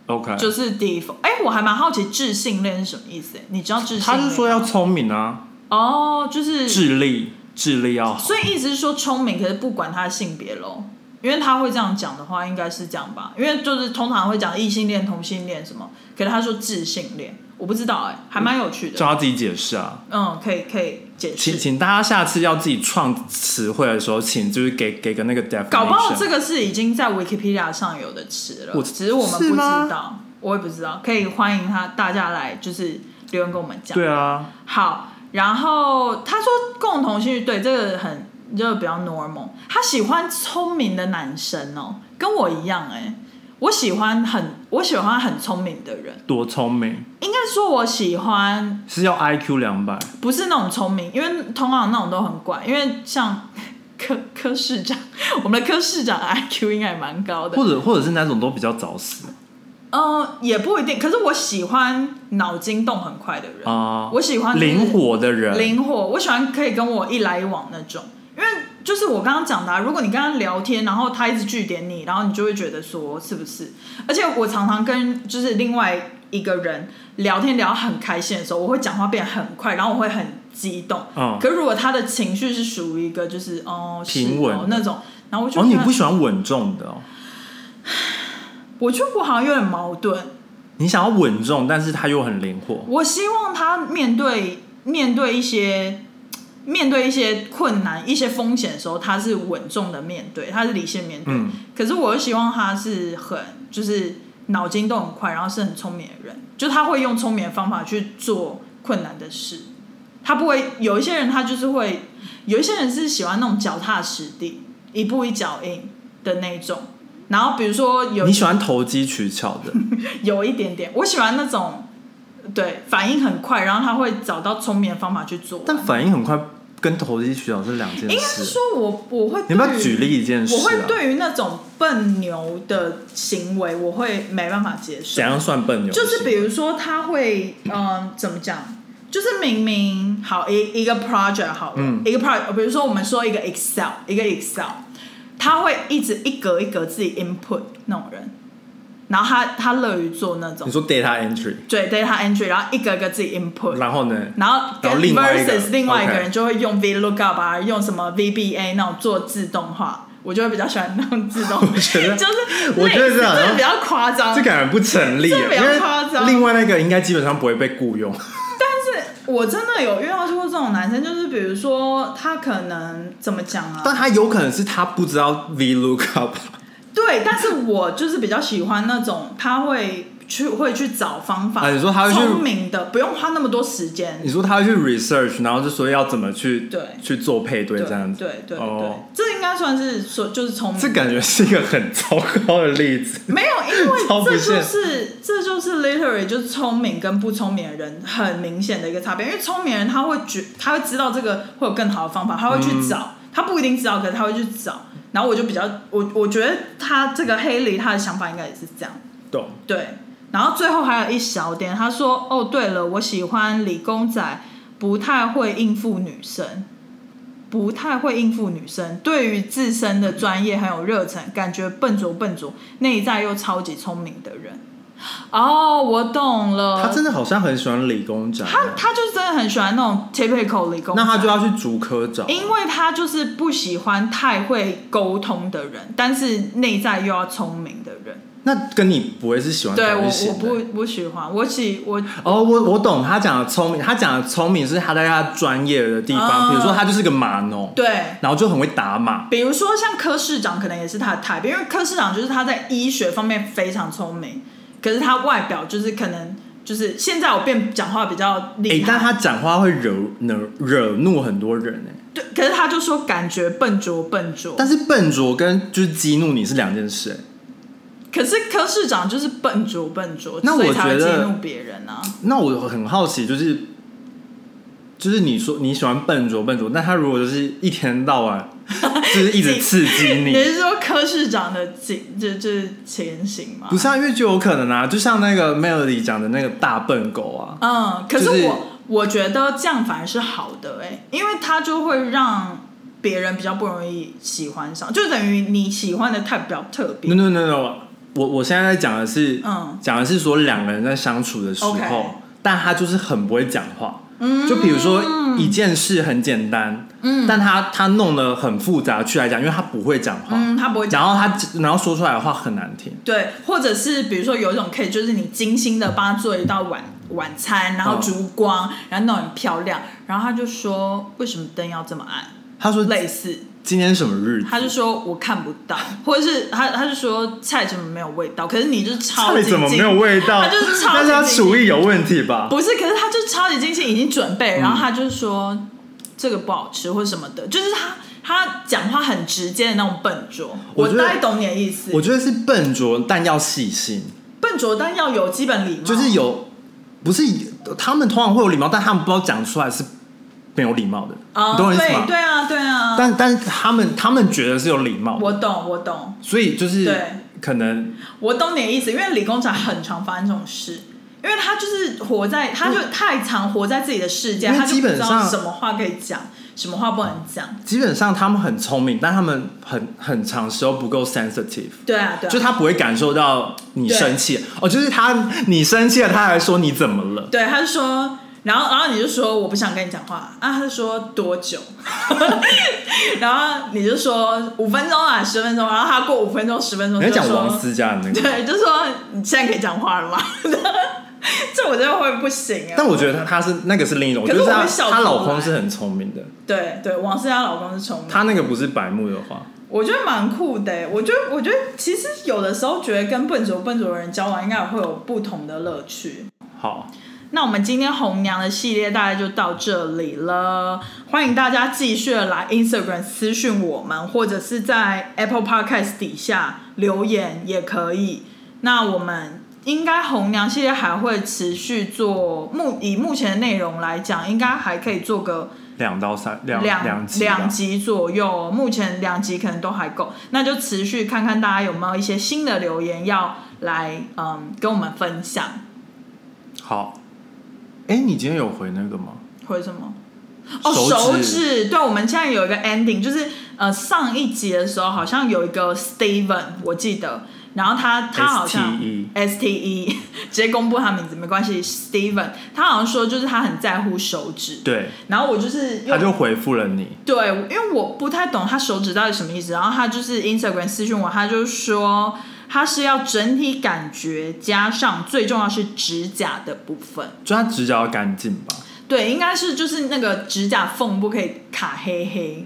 [SPEAKER 3] OK，
[SPEAKER 1] 就是 default。哎、我还蛮好奇智性恋是什么意思、哎，你知道智性
[SPEAKER 3] 他
[SPEAKER 1] 恋吗？
[SPEAKER 3] 是说要聪明啊，
[SPEAKER 1] 哦，就是，
[SPEAKER 3] 智力智力要好，
[SPEAKER 1] 所以意思是说聪明，可是不管他的性别喽。因为他会这样讲的话，应该是这样吧？因为就是通常会讲异性恋、同性恋什么，可是他说智性恋，我不知道哎、还蛮有趣的。
[SPEAKER 3] 叫他自己解释啊。
[SPEAKER 1] 嗯，可以可以解
[SPEAKER 3] 请
[SPEAKER 1] 释。
[SPEAKER 3] 请大家下次要自己创词汇的时候，请就是给给个那个 definition。
[SPEAKER 1] 搞不好这个是已经在 Wikipedia 上有的词了，
[SPEAKER 3] 我
[SPEAKER 1] 只是我们不
[SPEAKER 3] 是
[SPEAKER 1] 知
[SPEAKER 3] 吗
[SPEAKER 1] 道，我也不知道，可以欢迎他大家来就是留言跟我们讲。
[SPEAKER 3] 对啊，
[SPEAKER 1] 好，然后他说共同兴趣，对这个很就比较 normal。他喜欢聪明的男生哦，跟我一样哎、我喜欢很我喜欢很聪明的人，
[SPEAKER 3] 多聪明
[SPEAKER 1] 应该说我喜欢
[SPEAKER 3] 是要 IQ 两百，
[SPEAKER 1] 不是那种聪明，因为通常那种都很怪，因为像柯柯市长，我们的柯市长 IQ 应该也蛮高的，
[SPEAKER 3] 或者或者是那种都比较早死
[SPEAKER 1] 呃，也不一定。可是我喜欢脑筋动很快的人，
[SPEAKER 3] 啊，
[SPEAKER 1] 我喜欢就是
[SPEAKER 3] 灵活的人，
[SPEAKER 1] 灵活，我喜欢可以跟我一来一往那种，因为就是我刚刚讲的、啊，如果你跟他聊天，然后他一直据点你，然后你就会觉得说是不是？而且我常常跟就是另外一个人聊天聊得很开心的时候，我会讲话变很快，然后我会很激动。
[SPEAKER 3] 嗯
[SPEAKER 1] 可是如果他的情绪是属于一个就是哦是
[SPEAKER 3] 平稳
[SPEAKER 1] 哦那种，然后我就
[SPEAKER 3] 哦，
[SPEAKER 1] 觉
[SPEAKER 3] 你
[SPEAKER 1] 得、
[SPEAKER 3] 不喜欢稳重的、哦，
[SPEAKER 1] 我就我好像有点矛盾。
[SPEAKER 3] 你想要稳重，但是他又很灵活。
[SPEAKER 1] 我希望他面对面对一些面对一些困难、一些风险的时候，他是稳重的面对，他是理性面对。
[SPEAKER 3] 嗯
[SPEAKER 1] 可是我又希望他是很就是脑筋都很快，然后是很聪明的人，就他会用聪明的方法去做困难的事。他不会有一些人，他就是会有一些人是喜欢那种脚踏实地、一步一脚印的那种。然后比如说有
[SPEAKER 3] 你喜欢投机取巧 的，
[SPEAKER 1] 有一点点，我喜欢那种对反应很快，然后他会找到聪明的方法去做。
[SPEAKER 3] 但反应很快，跟投机取巧是两件
[SPEAKER 1] 应该是
[SPEAKER 3] 事。
[SPEAKER 1] 说我我会
[SPEAKER 3] 你要不要
[SPEAKER 1] 对于
[SPEAKER 3] 举例一件事、啊？
[SPEAKER 1] 我会对于那种笨牛的行为，我会没办法接受
[SPEAKER 3] 怎。样算笨牛？
[SPEAKER 1] 就是比如说他会，嗯、怎么讲？就是明明好一一个 project 好了，
[SPEAKER 3] 嗯
[SPEAKER 1] 一个 project，比如说我们说一个 Excel，一个 Excel，他会一直一格一格自己 input 那种人，然后他他乐于做那种
[SPEAKER 3] 你，说 data entry，
[SPEAKER 1] 对 data entry，然后一个一个自己 input，
[SPEAKER 3] 然后呢？
[SPEAKER 1] 然后跟
[SPEAKER 3] 然后另外一个
[SPEAKER 1] versus 另外一个
[SPEAKER 3] OK
[SPEAKER 1] 人就会用 VLOOKUP 啊，用什么 VBA 那种做自动化，我就会比较喜欢那种自动，
[SPEAKER 3] 我觉得
[SPEAKER 1] 就是
[SPEAKER 3] 我觉得
[SPEAKER 1] 类
[SPEAKER 3] 这样啊
[SPEAKER 1] 这个比较夸张，
[SPEAKER 3] 这感觉不成立，因
[SPEAKER 1] 这比较
[SPEAKER 3] 为
[SPEAKER 1] 夸张
[SPEAKER 3] 另外那个应该基本上不会被雇佣。
[SPEAKER 1] 我真的有遇到过这种男生，就是比如说他可能怎么讲啊？
[SPEAKER 3] 但他有可能是他不知道 VLOOKUP，
[SPEAKER 1] 对，但是我就是比较喜欢那种他会去会去找方法，
[SPEAKER 3] 啊你说他会去
[SPEAKER 1] 聪明的，不用花那么多时间。
[SPEAKER 3] 你说他会去 research，然后就说要怎么去
[SPEAKER 1] 对
[SPEAKER 3] 去做配对
[SPEAKER 1] 对
[SPEAKER 3] 这样子，
[SPEAKER 1] 对对对，
[SPEAKER 3] 哦
[SPEAKER 1] 这应该算是说就是聪明。
[SPEAKER 3] 这感觉是一个很糟糕的例子。
[SPEAKER 1] 没有，因为
[SPEAKER 3] 超不
[SPEAKER 1] 这就
[SPEAKER 3] 屑
[SPEAKER 1] 是这就是 literally 就是聪明跟不聪明的人很明显的一个差别，因为聪明人他会觉他会知道这个会有更好的方法，他会去找，
[SPEAKER 3] 嗯
[SPEAKER 1] 他不一定知道，可是他会去找。然后我就比较我我觉得他这个黑梨他的想法应该也是这样，
[SPEAKER 3] 懂？
[SPEAKER 1] 对。然后最后还有一小点，他说哦对了，我喜欢理工仔，不太会应付女生。不太会应付女生，对于自身的专业很有热忱，感觉笨拙笨拙，内在又超级聪明的人。哦，我懂了。
[SPEAKER 3] 他真的好像很喜欢理工宅，
[SPEAKER 1] 哦他他就是真的很喜欢那种 typical 理工，
[SPEAKER 3] 那他就要去竹科找，
[SPEAKER 1] 因为他就是不喜欢太会沟通的人，但是内在又要聪明的人。
[SPEAKER 3] 那跟你不会是喜欢
[SPEAKER 1] 对我
[SPEAKER 3] 同一
[SPEAKER 1] 我
[SPEAKER 3] 型的
[SPEAKER 1] 不不喜欢，我喜我
[SPEAKER 3] 哦，我我懂他讲的聪明，他讲的聪明是他在他专业的地
[SPEAKER 1] 嗯
[SPEAKER 3] 方，比如说他就是个码农，
[SPEAKER 1] 对，
[SPEAKER 3] 然后就很会打码，
[SPEAKER 1] 比如说像柯市长可能也是他的 type，因为柯市长就是他在医学方面非常聪明，可是他外表就是可能就是现在我变讲话比较
[SPEAKER 3] 哎、
[SPEAKER 1] 厉害，
[SPEAKER 3] 但他讲话会惹惹惹怒很多人哎、
[SPEAKER 1] 对，可是他就说感觉笨拙笨拙，
[SPEAKER 3] 但是笨拙跟就是激怒你是两件事、哎
[SPEAKER 1] 可是柯市长就是笨拙笨拙，
[SPEAKER 3] 那
[SPEAKER 1] 所以
[SPEAKER 3] 我
[SPEAKER 1] 才会
[SPEAKER 3] 觉
[SPEAKER 1] 激
[SPEAKER 3] 得
[SPEAKER 1] 怒别人啊。
[SPEAKER 3] 那我很好奇，就是就是你说你喜欢笨拙笨拙，那他如果就是一天到晚就是一直刺激
[SPEAKER 1] 你
[SPEAKER 3] 你，
[SPEAKER 1] 是说柯市长的情就就是前行吗？
[SPEAKER 3] 不是啊，因为就有可能啊，就像那个 Melody 讲的那个大笨狗啊，
[SPEAKER 1] 嗯，可是我、
[SPEAKER 3] 就是
[SPEAKER 1] 我觉得这样反而是好的哎、因为它就会让别人比较不容易喜欢上，就等于你喜欢的 type 比较特
[SPEAKER 3] no
[SPEAKER 1] 别。
[SPEAKER 3] no no no，我我现在在讲的是，
[SPEAKER 1] 嗯
[SPEAKER 3] 讲的是说两个人在相处的时候
[SPEAKER 1] OK 嗯
[SPEAKER 3] 但他就是很不会讲话。就比如说一件事很简单，嗯，但他他弄得很复杂去来讲，因为他不会讲话，
[SPEAKER 1] 嗯，他不会讲。
[SPEAKER 3] 然后他然后说出来的话很难听，
[SPEAKER 1] 对，或者是比如说有一种可以，就是你精心的帮他做一道晚晚餐，然后
[SPEAKER 3] 嗯
[SPEAKER 1] 烛光，然后弄得很漂亮，然后他就说为什么灯要这么暗，
[SPEAKER 3] 他说
[SPEAKER 1] 类似。
[SPEAKER 3] 今天什么日子，
[SPEAKER 1] 他就说我看不到，或者是他他就说菜怎么没有味道，可是你就是超
[SPEAKER 3] 菜
[SPEAKER 1] 级
[SPEAKER 3] 怎么没
[SPEAKER 1] 精
[SPEAKER 3] 有味道？
[SPEAKER 1] 他就是超级
[SPEAKER 3] 但是他
[SPEAKER 1] 精
[SPEAKER 3] 厨艺有问题吧？
[SPEAKER 1] 不是，可是他就超级精心已经准备，然后他就说、这个不好吃或什么的，就是他他讲话很直接的那种笨拙，
[SPEAKER 3] 我
[SPEAKER 1] 我
[SPEAKER 3] 觉得
[SPEAKER 1] 大概懂你的意思。
[SPEAKER 3] 我觉得是笨拙，但要细心，
[SPEAKER 1] 笨拙但要有基本礼貌，
[SPEAKER 3] 就是有不是他们通常会有礼貌，但他们不知道讲出来是没有礼貌的，
[SPEAKER 1] 啊、
[SPEAKER 3] 你懂我意思吗
[SPEAKER 1] 对？对啊对啊，
[SPEAKER 3] 但但是他们他们觉得是有礼貌的，
[SPEAKER 1] 我懂我懂
[SPEAKER 3] 所以就是
[SPEAKER 1] 对
[SPEAKER 3] 可能
[SPEAKER 1] 我懂你的意思，因为理工仔很常发生这种事。因为他就是活在，他就太常活在自己的世界，
[SPEAKER 3] 因为
[SPEAKER 1] 他就不知
[SPEAKER 3] 基本
[SPEAKER 1] 道
[SPEAKER 3] 上
[SPEAKER 1] 什么话可以讲，什么话不能讲。
[SPEAKER 3] 基本上他们很聪明，但他们很很长时候不够 sensitive。
[SPEAKER 1] 对啊，对啊，
[SPEAKER 3] 就他不会感受到你
[SPEAKER 1] 对
[SPEAKER 3] 生气哦，就是他你生气了，他还说你怎么了？
[SPEAKER 1] 对，他就说，然后然后你就说我不想跟你讲话啊，他就说多久， 然后你就说五分钟啊，十分钟，然后他过五分钟十分钟
[SPEAKER 3] 你
[SPEAKER 1] 就
[SPEAKER 3] 在讲
[SPEAKER 1] 说
[SPEAKER 3] 王思佳的那个，
[SPEAKER 1] 嗯对，就说你现在可以讲话了吗？ 这我真的会不行啊。
[SPEAKER 3] 但我觉得他他是那个是另一种，
[SPEAKER 1] 可
[SPEAKER 3] 就是是
[SPEAKER 1] 我
[SPEAKER 3] 他
[SPEAKER 1] 会笑
[SPEAKER 3] 他
[SPEAKER 1] 出
[SPEAKER 3] 老公
[SPEAKER 1] 来
[SPEAKER 3] 是很聪明的，
[SPEAKER 1] 对对，王思佳老公是聪明，
[SPEAKER 3] 他那个不是白目的话，
[SPEAKER 1] 我觉得蛮酷的欸。我觉得我觉得其实有的时候觉得跟笨拙笨拙的人交往，应该也会有不同的乐趣。
[SPEAKER 3] 好，
[SPEAKER 1] 那我们今天红娘的系列大概就到这里了，欢迎大家继续来 Instagram 私讯我们，或者是在 Apple Podcast 底下留言也可以。那我们应该红娘系列还会持续做，目以目前的内容来讲，应该还可以做个
[SPEAKER 3] 两到三两
[SPEAKER 1] 两
[SPEAKER 3] 集吧
[SPEAKER 1] 集左右，目前两集可能都还够，那就持续看看大家有没有一些新的留言要来嗯跟我们分享。
[SPEAKER 3] 好，哎，你今天有回那个吗？
[SPEAKER 1] 回什么？哦，手
[SPEAKER 3] 手指
[SPEAKER 1] 指，对，我们现在有一个 ending，就是呃，上一集的时候好像有一个 Steven，我记得，然后他他好像
[SPEAKER 3] STE
[SPEAKER 1] S T E 直接公布他名字没关系，Steven，他好像说就是他很在乎手指，，
[SPEAKER 3] 对，
[SPEAKER 1] 然后我就是又
[SPEAKER 3] 他就回复了你，
[SPEAKER 1] 对，因为我不太懂他手指到底什么意思，然后他就是 Instagram 私讯我，他就说他是要整体感觉加上最重要是指甲的部分，
[SPEAKER 3] 就他指甲要干净吧。
[SPEAKER 1] 对，应该是就是那个指甲缝不可以卡黑黑。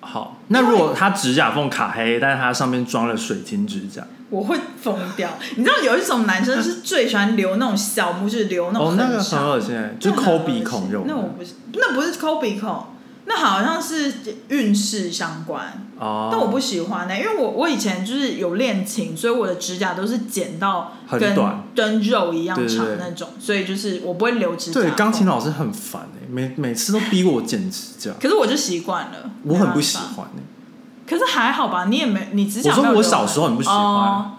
[SPEAKER 3] 好，那如果他指甲缝卡黑，但是他上面装了水晶指甲，
[SPEAKER 1] 我会疯掉，你知道有一种男生是最喜欢留那种小拇指留那种
[SPEAKER 3] 哦，那
[SPEAKER 1] 很
[SPEAKER 3] 个很
[SPEAKER 1] 长
[SPEAKER 3] 恶心欸，就
[SPEAKER 1] 那很
[SPEAKER 3] 抠
[SPEAKER 1] 恶
[SPEAKER 3] 鼻
[SPEAKER 1] 心
[SPEAKER 3] 孔用的
[SPEAKER 1] 那我不是，那不是抠鼻孔，那好像是运势相关。
[SPEAKER 3] 哦。
[SPEAKER 1] 但我不喜欢欸呢、因为我我以前就是有练琴，所以我的指甲都是剪到
[SPEAKER 3] 很
[SPEAKER 1] 跟
[SPEAKER 3] 短
[SPEAKER 1] 跟肉一样
[SPEAKER 3] 对对
[SPEAKER 1] 长
[SPEAKER 3] 对
[SPEAKER 1] 那种，所以就是我不会留指甲。
[SPEAKER 3] 对，钢琴。老师很烦哎、每每次都逼我剪指 甲，
[SPEAKER 1] 可是我就习惯了，
[SPEAKER 3] 我很不喜
[SPEAKER 1] 没办法。
[SPEAKER 3] 欢哎、
[SPEAKER 1] 可是还好吧，你也没你指甲
[SPEAKER 3] 我说
[SPEAKER 1] 没有
[SPEAKER 3] 我
[SPEAKER 1] 留
[SPEAKER 3] 小
[SPEAKER 1] 痕
[SPEAKER 3] 时候很不喜欢
[SPEAKER 1] 哦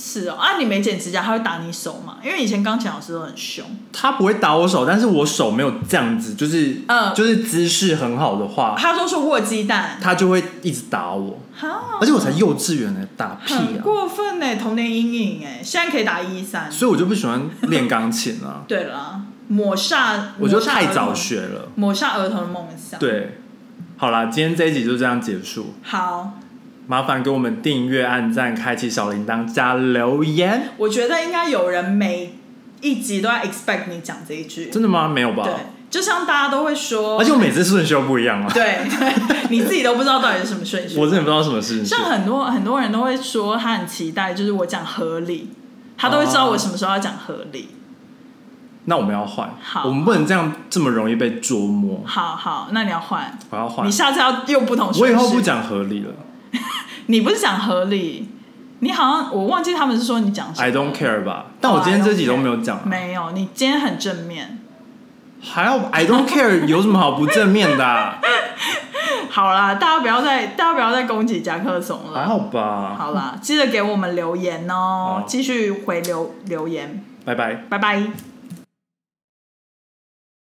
[SPEAKER 1] 是哦，啊，你没剪指甲，他会打你手嘛？因为以前钢琴老师都很凶。
[SPEAKER 3] 他不会打我手，但是我手没有这样子，就是、
[SPEAKER 1] 嗯
[SPEAKER 3] 就是姿势很好的话，
[SPEAKER 1] 他说是握鸡蛋，
[SPEAKER 3] 他就会一直打我，
[SPEAKER 1] 哈，
[SPEAKER 3] 而且我才幼稚园呢，打屁
[SPEAKER 1] 很
[SPEAKER 3] 啊！
[SPEAKER 1] 过分呢，童年阴影哎，现在可以打一三。，
[SPEAKER 3] 所以我就不喜欢练钢琴啊
[SPEAKER 1] 对了，抹煞，
[SPEAKER 3] 我觉得
[SPEAKER 1] 抹煞
[SPEAKER 3] 太
[SPEAKER 1] 儿
[SPEAKER 3] 早
[SPEAKER 1] 童，
[SPEAKER 3] 学了。
[SPEAKER 1] 抹煞儿童的梦想。，
[SPEAKER 3] 对，好啦，今天这一集就这样结束，
[SPEAKER 1] 好，
[SPEAKER 3] 麻烦给我们订阅、按赞、开启小铃铛、加留言。
[SPEAKER 1] 我觉得应该有人每一集都在 expect 你讲这一句，
[SPEAKER 3] 真的吗？没有吧？
[SPEAKER 1] 对，就像大家都会说，
[SPEAKER 3] 而且我每次顺序都不一样啊，
[SPEAKER 1] 对对，你自己都不知道到底是什么顺序。
[SPEAKER 3] 我真的不知道什么事情。
[SPEAKER 1] 像很多很多人都会说他很期待，就是我讲合理，他都会知道我什么时候要讲合理。
[SPEAKER 3] 那我们要换，
[SPEAKER 1] 好
[SPEAKER 3] 我们不能这样这么容易被捉摸。
[SPEAKER 1] 好好，那你要换，
[SPEAKER 3] 我要换
[SPEAKER 1] 你，下次要用不同顺序。
[SPEAKER 3] 我以后不，讲合理了
[SPEAKER 1] 你不是讲合理，你好像我忘记他们是说你讲什么。
[SPEAKER 3] ，I don't care 吧？但我今天这集都没有讲啊，
[SPEAKER 1] 没有，你今天很正面。
[SPEAKER 3] 还要 I don't care 有什么好不正面 的啊？
[SPEAKER 1] 好啦，大家不要再大家不要再攻击夹克怂
[SPEAKER 3] 还
[SPEAKER 1] 了。
[SPEAKER 3] 好吧？
[SPEAKER 1] 好啦，记得给我们留言哦
[SPEAKER 3] 好，
[SPEAKER 1] 继续回留留言，
[SPEAKER 3] 拜拜。
[SPEAKER 1] 拜拜。